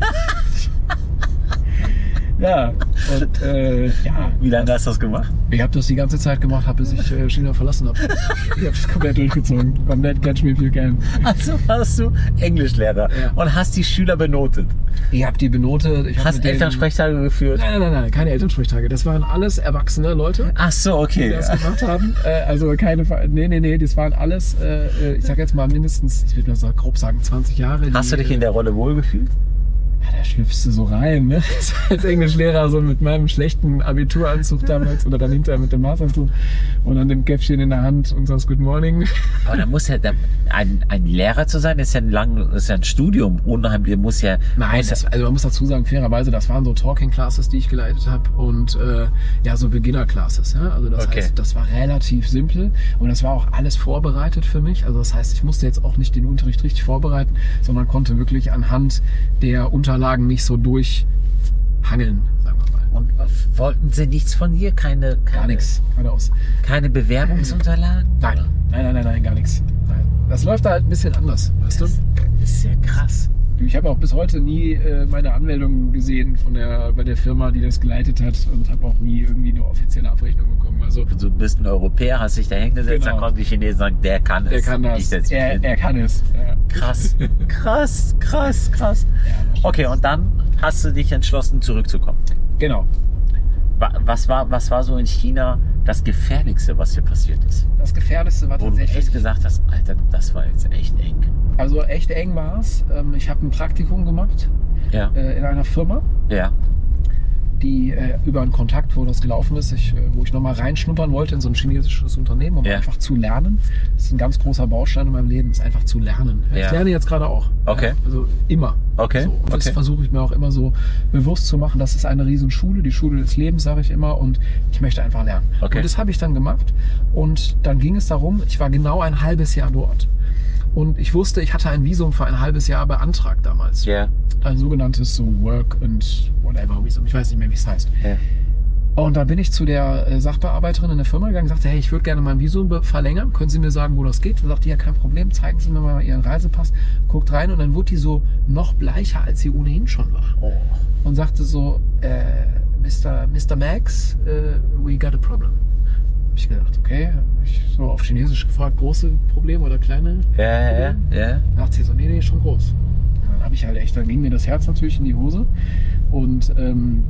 C: ja. Und äh, ja,
D: Wie lange hast du das gemacht?
C: ich habe das die ganze Zeit gemacht, hab, bis ich äh, China verlassen habe. Ich habe es komplett durchgezogen. Komplett catch me if you can.
D: Also warst du Englischlehrer
C: Ja.
D: und hast die Schüler benotet.
C: Ich habe die benotet. Ich hab
D: Hast
C: mit denen-
D: Elternsprechtage geführt.
C: Nein, nein, nein, nein, keine Elternsprechtage. Das waren alles erwachsene Leute.
D: Ach so,
C: die
D: okay.
C: das
D: Ja.
C: gemacht haben. Äh, also keine, Ver- nee, nee, nee, das waren alles, äh, äh, ich sag jetzt mal mindestens, ich würde mal so grob sagen, 20 Jahre. die,
D: Hast du dich in der Rolle wohlgefühlt?
C: Ja, da schlüpfst du so rein, ne? Als Englischlehrer so mit meinem schlechten Abituranzug damals oder dann hinterher mit dem Maßanzug und dann dem Käffchen in der Hand und sagst Good Morning.
D: Aber da muss ja, da, ein, ein Lehrer zu sein, ist ja ein, lang, ist ja ein Studium. Unheimlich, muss ja.
C: Nein, das, also man muss dazu sagen, fairerweise, das waren so Talking Classes, die ich geleitet habe und äh, ja, so Beginner Classes. Ja? Also das
D: Okay.
C: heißt, das war relativ simpel und das war auch alles vorbereitet für mich. Also das heißt, ich musste jetzt auch nicht den Unterricht richtig vorbereiten, sondern konnte wirklich anhand der Unterlagen mich so durchhangeln, sagen wir mal.
D: Und wollten sie nichts von dir? Keine, keine,
C: Gar nichts, geradeaus.
D: Keine Bewerbungsunterlagen?
C: Nein, nein, nein, nein, nein gar nichts. Nein. Das läuft da halt ein bisschen anders, weißt du?
D: Das ist ja krass.
C: Ich habe auch bis heute nie äh, meine Anmeldung gesehen von der, bei der Firma, die das geleitet hat und habe auch nie irgendwie eine offizielle Abrechnung bekommen. Also
D: Du bist ein Europäer, hast dich da hingesetzt,
C: Genau.
D: dann kommen die Chinesen und sagen, der kann
C: der
D: es.
C: kann
D: Ich
C: das.
D: setz mich
C: Er,
D: hin.
C: er kann es. Ja.
D: Krass, krass, krass, krass.
C: Ja,
D: Okay, und dann hast du dich entschlossen, zurückzukommen.
C: Genau.
D: Wa- Was war, was war so in China das Gefährlichste, was dir passiert ist?
C: Das Gefährlichste war
D: Wo du
C: tatsächlich.
D: echt gesagt hast, Alter, das war jetzt echt eng.
C: Also echt eng war es. Ähm, ich habe ein Praktikum gemacht
D: Ja.
C: äh, in einer Firma,
D: Ja.
C: die äh, über einen Kontakt, wo das gelaufen ist, ich, äh, wo ich nochmal reinschnuppern wollte in so ein chinesisches Unternehmen, um
D: Ja.
C: einfach zu lernen. Das ist ein ganz großer Baustein in meinem Leben, ist einfach zu lernen. Ich
D: Ja.
C: lerne jetzt gerade auch.
D: Okay.
C: Also immer.
D: Okay.
C: So, und das
D: okay.
C: versuche ich mir auch immer so bewusst zu machen. Das ist eine Riesenschule, die Schule des Lebens, sage ich immer. Und ich möchte einfach lernen.
D: Okay.
C: Und das habe ich dann gemacht. Und dann ging es darum, ich war genau ein halbes Jahr dort. Und ich wusste, ich hatte ein Visum für ein halbes Jahr beantragt damals.
D: Ja.
C: Ein sogenanntes so Work and whatever Visum. Ich weiß nicht mehr, wie es heißt.
D: Ja.
C: Und dann bin ich zu der äh, Sachbearbeiterin in der Firma gegangen und sagte, hey, ich würde gerne mein Visum be- verlängern. Können Sie mir sagen, wo das geht? Dann sagte die, ja, kein Problem. Zeigen Sie mir mal Ihren Reisepass. Guckt rein. Und dann wurde die so noch bleicher, als sie ohnehin schon war.
D: Oh.
C: Und sagte so, äh, Mr. Mr. Max, äh, we got a problem. Hab ich gedacht, okay. Hab Ich so auf Chinesisch gefragt, große Probleme oder kleine?
D: Ja, ja, ja.
C: Dann dachte ich so, nee, nee, schon groß. Und Dann habe ich halt echt, dann ging mir das Herz natürlich in die Hose. Und ähm,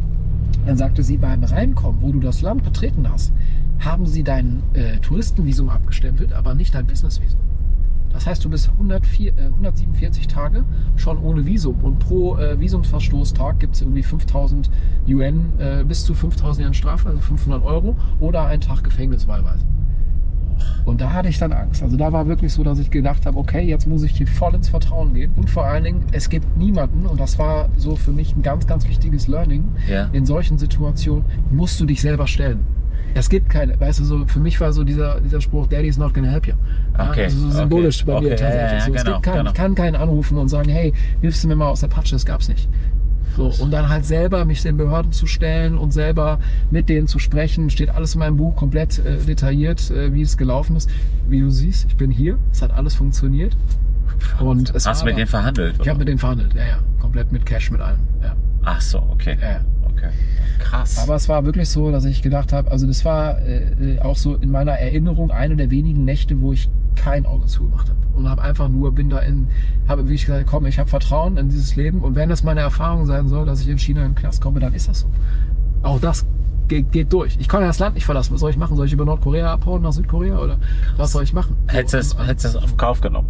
C: dann sagte sie, beim Reinkommen, wo du das Land betreten hast, haben sie dein äh, Touristenvisum abgestempelt, aber nicht dein Businessvisum. Das heißt, du bist 104, äh, 147 Tage schon ohne Visum. Und pro äh, Visumsverstoßtag gibt es irgendwie 5000 UN, äh, bis zu 5000 Yen Strafe, also 500 Euro, oder einen Tag Gefängnis wahlweise. Und da hatte ich dann Angst. Also da war wirklich so, dass ich gedacht habe, okay, jetzt muss ich hier voll ins Vertrauen gehen. Und vor allen Dingen, es gibt niemanden, und das war so für mich ein ganz, ganz wichtiges Learning,
D: Ja.
C: in solchen Situationen musst du dich selber stellen. Es gibt keine, weißt du, so, für mich war so dieser, dieser Spruch, Daddy's not gonna help you. Ja,
D: Okay,
C: also so
D: okay,
C: symbolisch bei mir
D: okay,
C: tatsächlich.
D: ja, ja,
C: so, es
D: genau,
C: gibt keinen,
D: genau.
C: Ich kann keinen anrufen und sagen, hey, hilfst du mir mal aus der Patsche, das gab's nicht. So, und dann halt selber mich den Behörden zu stellen und selber mit denen zu sprechen, steht alles in meinem Buch komplett äh, detailliert, äh, wie es gelaufen ist. Wie du siehst, ich bin hier, es hat alles funktioniert. Und es
D: Hast du
C: war
D: mit
C: aber-
D: denen verhandelt?
C: Ich habe mit denen verhandelt, ja, ja. Komplett mit Cash, mit allem. Ja,
D: Ach so, okay.
C: ja, ja.
D: Okay. Krass.
C: Aber es war wirklich so, dass ich gedacht habe, also das war äh, äh, auch so in meiner Erinnerung eine der wenigen Nächte, wo ich kein Auge zugemacht habe und habe einfach nur bin da in, habe wie ich gesagt, komm, ich habe Vertrauen in dieses Leben und wenn das meine Erfahrung sein soll, dass ich in China in den Knast komme, dann ist das so. Auch das geht, geht durch. Ich kann ja das Land nicht verlassen. Was soll ich machen? Soll ich über Nordkorea abhauen nach Südkorea oder was soll ich machen?
D: hättest du das,
C: Und-
D: hättest du das auf den Kauf genommen?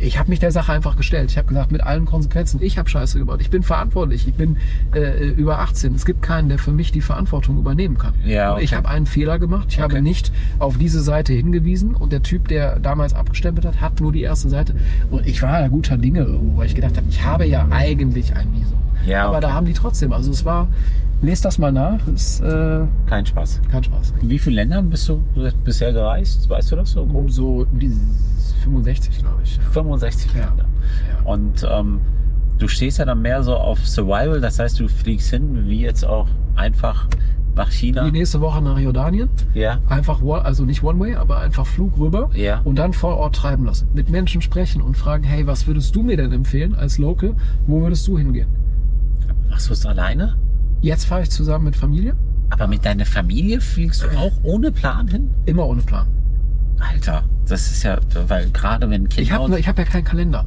C: ich habe mich der Sache einfach gestellt. Ich habe gesagt, mit allen Konsequenzen, ich habe Scheiße gebaut. Ich bin verantwortlich. Ich bin äh, über 18. Es gibt keinen, der für mich die Verantwortung übernehmen kann.
D: Ja,
C: Und Ich
D: okay.
C: habe einen Fehler gemacht. Ich habe nicht auf diese Seite hingewiesen. Und der Typ, der damals abgestempelt hat, hat nur die erste Seite. Und ich war da guter Dinge irgendwo, weil ich gedacht habe, ich habe ja eigentlich ein Miso.
D: Ja,
C: Aber
D: okay.
C: da haben die trotzdem. Also es war, lest das mal nach. Ist äh,
D: Kein Spaß.
C: kein Spaß.
D: In wie vielen Ländern bist du bisher gereist? Weißt du das so grob?
C: Um so um die 65, glaube ich.
D: 65
C: Ja.
D: Länder.
C: Ja.
D: Und ähm, du stehst ja dann mehr so auf Survival, das heißt, du fliegst hin, wie jetzt auch einfach nach China.
C: Die nächste Woche nach Jordanien.
D: Ja.
C: Einfach, one- also nicht One-Way, aber einfach Flug rüber
D: Ja.
C: und dann vor Ort treiben lassen. Mit Menschen sprechen und fragen, hey, was würdest du mir denn empfehlen als Local? Wo würdest du hingehen?
D: Machst du es alleine?
C: Jetzt fahre ich zusammen mit Familie,
D: Aber mit deiner Familie fliegst du auch ohne Plan hin?
C: immer ohne Plan.
D: Genau. Alter, das ist ja, weil gerade wenn Kinder.
C: Ich habe ich hab ja keinen Kalender.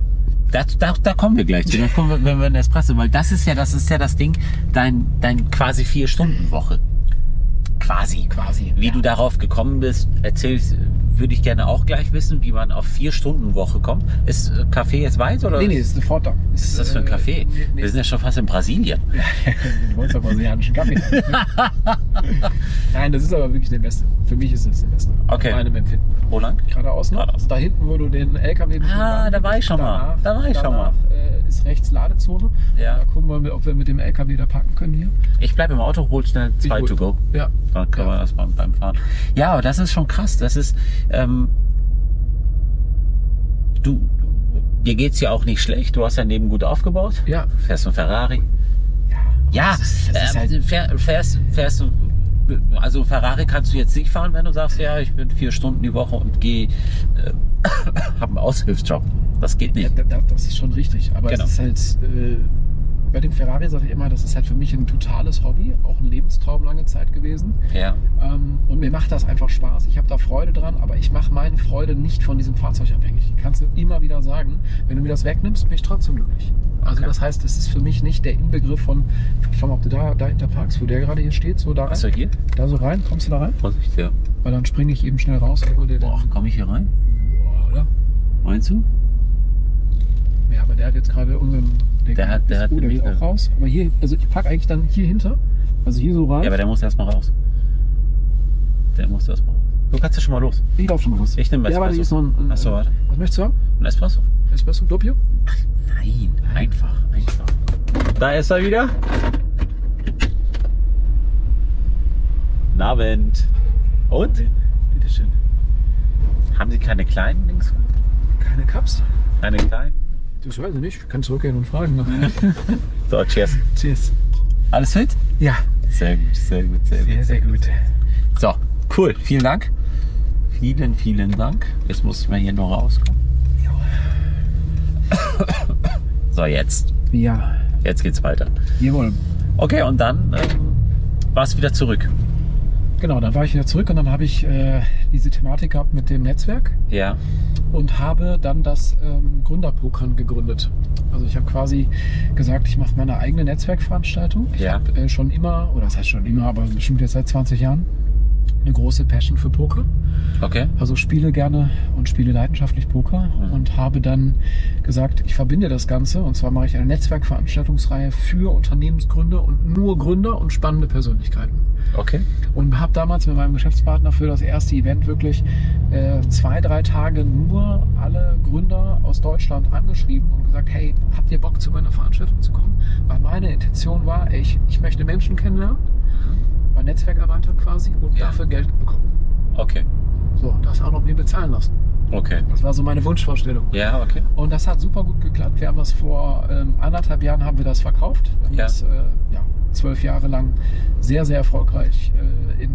D: da, da, da kommen wir gleich zu. Da kommen wir, wenn wir in der Espresso, weil das ist ja, das ist ja das Ding, dein, dein quasi vier Stunden Woche. Quasi.
C: Quasi,
D: Wie
C: ja.
D: du darauf gekommen bist, erzähl ich, würde ich gerne auch gleich wissen, wie man auf vier Stunden Woche kommt. Ist äh, Café jetzt weit oder?
C: Nee, äh, nee, ist sofort da.
D: Was ist das für ein Café? Wir sind ja schon fast in Brasilien.
C: Du wolltest aber brasilianischen Kaffee. Nein, das ist aber wirklich der Beste. Für mich ist das der Beste.
D: Okay.
C: Nach meinem Empfinden.
D: Wo lang?
C: Geradeaus noch.
D: Geradeaus.
C: Da hinten, wo du den LKW
D: Ah, da war ich schon mal. Da war ich schon mal.
C: Äh, ist rechts Ladezone.
D: Ja.
C: Da gucken wir, ob wir mit dem LKW da parken können hier.
D: Ich bleibe im Auto, hol schnell
C: Ich
D: zwei
C: hol-
D: to go.
C: Ja.
D: Dann kann man
C: Ja.
D: das beim, beim Fahren. Ja, aber das ist schon krass. Das ist, ähm, du, dir geht's ja auch nicht schlecht. Du hast dein Leben gut aufgebaut.
C: Ja.
D: Fährst ein Ferrari. Ja,
C: Das ist, das ist
D: ähm,
C: halt,
D: fähr- fährst, fährst du, also Ferrari kannst du jetzt nicht fahren, wenn du sagst, ja, ich bin vier Stunden die Woche und gehe, äh, hab einen Aushilfsjob. Das geht
C: ja,
D: nicht.
C: da- da- das ist schon richtig. Aber
D: Genau.
C: es ist halt. Äh, bei dem Ferrari sage ich immer, das ist halt für mich ein totales Hobby, auch ein Lebenstraum lange Zeit gewesen.
D: Ja,
C: Ähm, und mir macht das einfach Spaß. Ich habe da Freude dran, aber ich mache meine Freude nicht von diesem Fahrzeug abhängig. Kannst du immer wieder sagen, wenn du mir das wegnimmst, bin ich trotzdem glücklich. Also
D: Okay.
C: das heißt, es ist für mich nicht der Inbegriff von, schau mal, ob du da dahinter parkst, wo der gerade hier steht, so da rein,
D: also hier,
C: da so rein, kommst du da rein?
D: Vorsicht, ja.
C: Weil dann springe ich eben schnell raus und hol dir den.
D: Boah, komme ich hier rein?
C: Boah, oder?
D: Meinst du?
C: Ja, aber der hat jetzt gerade unseren.
D: Der hat- der hat
C: oh, der
D: den
C: ist
D: Mieter.
C: auch raus. Aber hier, also ich park eigentlich dann hier hinter, also hier so rein.
D: Ja, aber der muss erstmal raus. Der muss erstmal raus. Du kannst ja schon mal los.
C: ich lauf schon mal raus.
D: Ich nehm
C: Ja, aber hier ist
D: Espresso.
C: noch ein. äh, ein
D: Achso, warte.
C: Was möchtest du haben?
D: Ein Espresso?
C: Espresso, Doppio?
D: Nein, einfach, einfach. Da ist er wieder. Guten Abend. Und?
C: Bitteschön.
D: Haben Sie keine kleinen links?
C: Keine Cups?
D: Keine kleinen?
C: Das weiß ich nicht. Ich kann zurückgehen und fragen. nachher.
D: So, cheers.
C: Cheers.
D: Alles fit?
C: Ja,
D: Sehr gut, sehr gut, sehr gut.
C: sehr, sehr gut.
D: So, cool. Vielen Dank. Vielen, vielen Dank. Jetzt muss ich mal hier noch rauskommen. So, jetzt.
C: Ja,
D: Jetzt geht's weiter.
C: jawohl.
D: Okay, und dann ähm, war es wieder zurück.
C: Genau, dann war ich wieder zurück und dann habe ich äh, diese Thematik gehabt mit dem Netzwerk
D: Ja.
C: und habe dann das ähm, Gründerpokern gegründet. Also ich habe quasi gesagt, ich mache meine eigene Netzwerkveranstaltung. Ich
D: Ja.
C: habe äh, schon immer, oder das heißt schon immer, aber bestimmt jetzt seit 20 Jahren, eine große Passion für Poker.
D: Okay.
C: Also spiele gerne und spiele leidenschaftlich Poker
D: Mhm.
C: und habe dann gesagt, ich verbinde das Ganze und zwar mache ich eine Netzwerkveranstaltungsreihe für Unternehmensgründer und nur Gründer und spannende Persönlichkeiten.
D: Okay.
C: Und habe damals mit meinem Geschäftspartner für das erste Event wirklich äh, zwei, drei Tage nur alle Gründer aus Deutschland angeschrieben und gesagt, hey, habt ihr Bock zu meiner Veranstaltung zu kommen? Weil meine Intention war, ey, ich, ich möchte Menschen kennenlernen, mein Netzwerk erweitern quasi und
D: Mhm. Ja.
C: dafür Geld bekommen.
D: Okay.
C: So, das auch noch mir bezahlen lassen.
D: Okay.
C: Das war so meine Wunschvorstellung.
D: Ja, okay.
C: Und das hat super gut geklappt. Wir haben das vor ähm, anderthalb Jahren haben wir das verkauft. Wir haben
D: Ja.
C: das äh, ja, zwölf Jahre lang sehr, sehr erfolgreich äh, in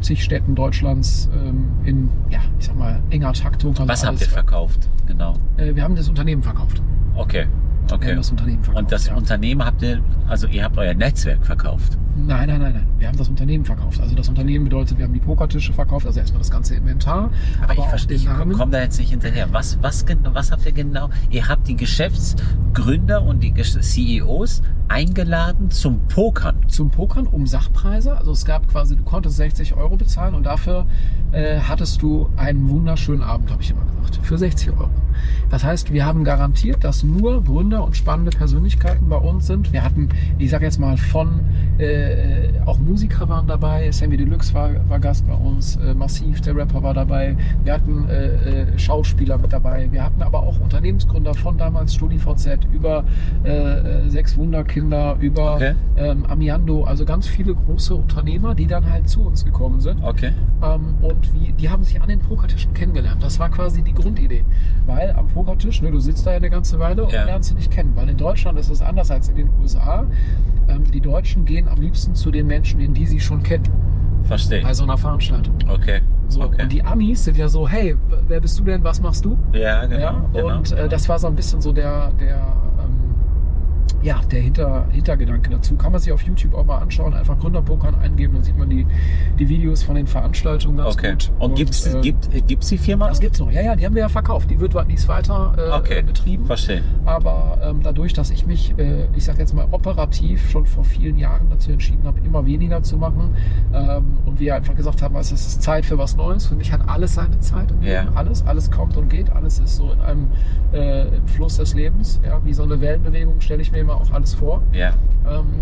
C: zig Städten Deutschlands ähm, in, ja, ich sag mal, enger Taktung. Also
D: Was habt
C: alles-
D: ihr verkauft? Genau.
C: Äh, wir haben das Unternehmen verkauft.
D: Okay.
C: Wir
D: Okay.
C: haben das Unternehmen verkauft.
D: Und das
C: ja.
D: Unternehmen habt ihr, also ihr habt euer Netzwerk verkauft.
C: Nein, nein, nein, nein. Wir haben das Unternehmen verkauft. Also das Unternehmen bedeutet, wir haben die Pokertische verkauft, also erstmal das ganze Inventar.
D: Aber ich
C: auch
D: verstehe,
C: den
D: ich
C: Namen.
D: komme da jetzt nicht hinterher. Was, was, gen- was habt ihr genau? Ihr habt die Geschäftsgründer und die Gesch- CEOs eingeladen zum Pokern.
C: zum Pokern um Sachpreise. Also es gab quasi, du konntest 60 Euro bezahlen und dafür äh, hattest du einen wunderschönen Abend, habe ich immer gesagt. Für 60 Euro. Das heißt, wir haben garantiert, dass nur Gründer und spannende Persönlichkeiten bei uns sind. Wir hatten, ich sag jetzt mal, von äh, auch Musiker waren dabei, Sammy Deluxe war, war Gast bei uns, äh, Massiv, der Rapper war dabei, wir hatten äh, äh, Schauspieler mit dabei, wir hatten aber auch Unternehmensgründer von damals StudiVZ über äh, äh, Sechs Wunderkinder, über
D: Okay.
C: ähm, Amiando, also ganz viele große Unternehmer, die dann halt zu uns gekommen sind.
D: Okay.
C: Ähm, und wie, die haben sich an den Pokertischen kennengelernt. Das war quasi die Grundidee. Weil am Pokertisch, ne, du sitzt da ja eine ganze Weile und
D: Ja.
C: lernst sie dich kennen. Weil in Deutschland ist es anders als in den USA. Ähm, die Deutschen gehen am liebsten zu den Menschen, in die sie schon kennen.
D: Verstehe.
C: Bei so einer Veranstaltung.
D: okay.
C: Also So.
D: okay.
C: Und die Amis sind ja so, hey, wer bist du denn, was machst du?
D: ja, genau.
C: ja,
D: genau.
C: und äh, das war so ein bisschen so der, der, ähm, ja, der Hinter, Hintergedanke dazu. Kann man sich auf YouTube auch mal anschauen, einfach Gründerpokern eingeben, dann sieht man die, die Videos von den Veranstaltungen ganz
D: okay.
C: gut.
D: Und, gibt's,
C: äh,
D: gibt, gibt's die Firma?
C: das gibt's noch. Ja, ja, die haben wir ja verkauft. Die wird dies weiter äh,
D: okay.
C: betrieben.
D: Verstehe.
C: Aber ähm, dadurch, dass ich mich, äh, ich sag jetzt mal, operativ schon vor vielen Jahren dazu entschieden habe, immer weniger zu machen ähm, und wir einfach gesagt haben, weißt du, es ist Zeit für was Neues. Für mich hat alles seine Zeit im
D: Ja.
C: Leben. Alles, alles kommt und geht. Alles ist so in einem äh, im Fluss des Lebens. Ja, wie so eine Wellenbewegung stelle ich mir immer auch alles vor.
D: Ja,
C: Ähm,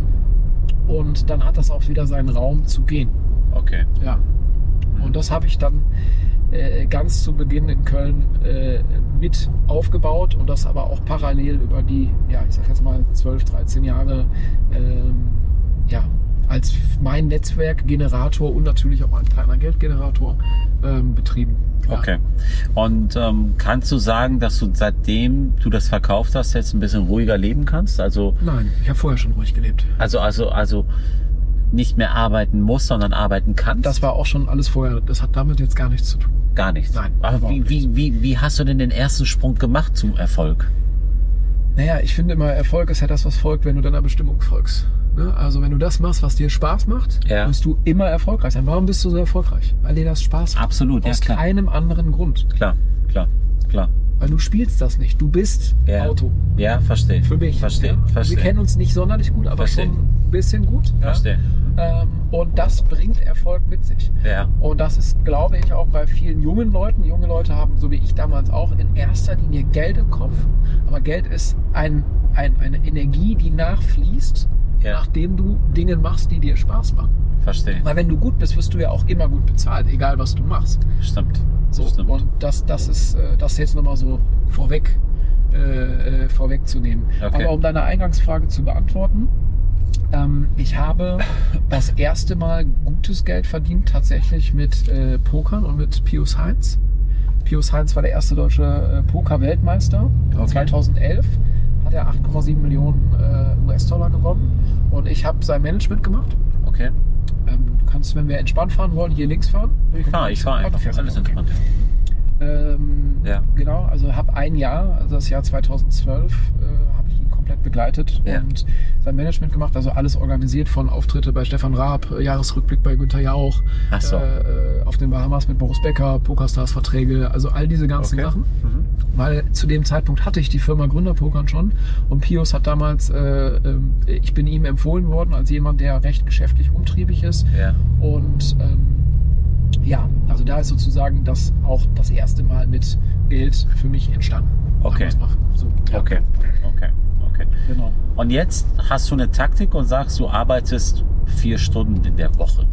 C: und dann hat das auch wieder seinen Raum zu gehen.
D: okay.
C: Ja. Und das habe ich dann äh, ganz zu Beginn in Köln äh, mit aufgebaut und das aber auch parallel über die, ja, ich sag jetzt mal 12, 13 Jahre, ähm, ja, als mein Netzwerkgenerator und natürlich auch ein kleiner Geldgenerator ähm, betrieben. Ja.
D: Okay. Und ähm, kannst du sagen, dass du seitdem du das verkauft hast, jetzt ein bisschen ruhiger leben kannst? Also,
C: Nein, ich habe vorher schon ruhig gelebt.
D: also, also, also nicht mehr arbeiten musst, sondern arbeiten kannst?
C: Das war auch schon alles vorher. Das hat damit jetzt gar nichts zu tun.
D: Gar nichts.
C: Nein,
D: Aber wie,
C: überhaupt
D: wie, wie, wie hast du denn den ersten Sprung gemacht zum Erfolg?
C: Naja, ich finde immer, Erfolg ist ja das, was folgt, wenn du deiner Bestimmung folgst. Ne? Also wenn du das machst, was dir Spaß macht,
D: Ja.
C: wirst du immer erfolgreich sein. Warum bist du so erfolgreich? Weil dir das Spaß macht.
D: Absolut, ja
C: Aus
D: klar.
C: keinem anderen Grund.
D: Klar, klar, klar.
C: Weil du spielst das nicht. Du bist
D: Ja.
C: Auto.
D: Ja, verstehe.
C: Für mich.
D: Verstehe,
C: ja?
D: verstehe.
C: Wir kennen uns nicht sonderlich gut, aber
D: Verstehe.
C: schon ein bisschen gut. ja?
D: Verstehe.
C: Ähm, und das bringt Erfolg mit sich.
D: Ja.
C: Und das ist, glaube ich, auch bei vielen jungen Leuten. Junge Leute haben, so wie ich damals auch, in erster Linie Geld im Kopf. Aber Geld ist ein, ein, eine Energie, die nachfließt,
D: Ja.
C: nachdem du Dinge machst, die dir Spaß machen.
D: Verstehe.
C: Weil wenn du gut bist, wirst du ja auch immer gut bezahlt, egal was du machst.
D: Stimmt.
C: So,
D: Stimmt.
C: und das, das ist äh, das jetzt nochmal so vorweg, äh, äh, vorwegzunehmen.
D: Okay.
C: Aber um deine Eingangsfrage zu beantworten, ähm, ich habe das erste Mal gutes Geld verdient, tatsächlich mit äh, Pokern und mit Pius Heinz. Pius Heinz war der erste deutsche äh, Poker-Weltmeister.
D: Okay.
C: 2011 hat er 8,7 Millionen äh, US-Dollar gewonnen und ich habe sein Management gemacht.
D: Okay.
C: Ähm, du kannst, wenn wir entspannt fahren wollen, hier links fahren.
D: Ich fahre, ich fahre
C: Ah, du
D: einfach.
C: fährst
D: Alles
C: einfach, okay.
D: entspannt.
C: Ähm,
D: Ja.
C: Genau, also habe ein Jahr, also das Jahr 2012, äh, habe ich ihn komplett begleitet
D: Ja.
C: und sein Management gemacht, also alles organisiert von Auftritte bei Stefan Raab, äh, Jahresrückblick bei Günther Jauch,
D: Ach so.
C: äh, äh, auf den Bahamas mit Boris Becker, Pokerstars-Verträge, also all diese ganzen
D: Okay.
C: Sachen.
D: Mhm.
C: Weil zu dem Zeitpunkt hatte ich die Firma Gründerpokern schon und Pius hat damals, äh, ähm, ich bin ihm empfohlen worden als jemand, der recht geschäftlich umtriebig ist,
D: Ja.
C: und ähm, ja, also da ist sozusagen das auch das erste Mal mit Geld für mich entstanden.
D: Okay.
C: Sagen wir's mal So, ja,
D: Okay. Okay. Okay.
C: Genau.
D: Und jetzt hast du eine Taktik und sagst, du arbeitest vier Stunden in der Woche.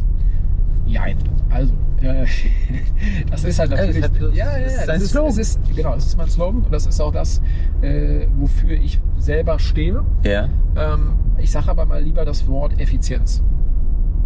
C: Ja, also äh, das ist halt
D: Ja, das
C: natürlich.
D: hat- das
C: ja, ja,
D: ist
C: ja,
D: dein
C: das ist,
D: Slogan.
C: es ist genau, das ist mein Slogan und das ist auch das, äh, wofür ich selber stehe.
D: Ja.
C: Ähm, ich sage aber mal lieber das Wort Effizienz.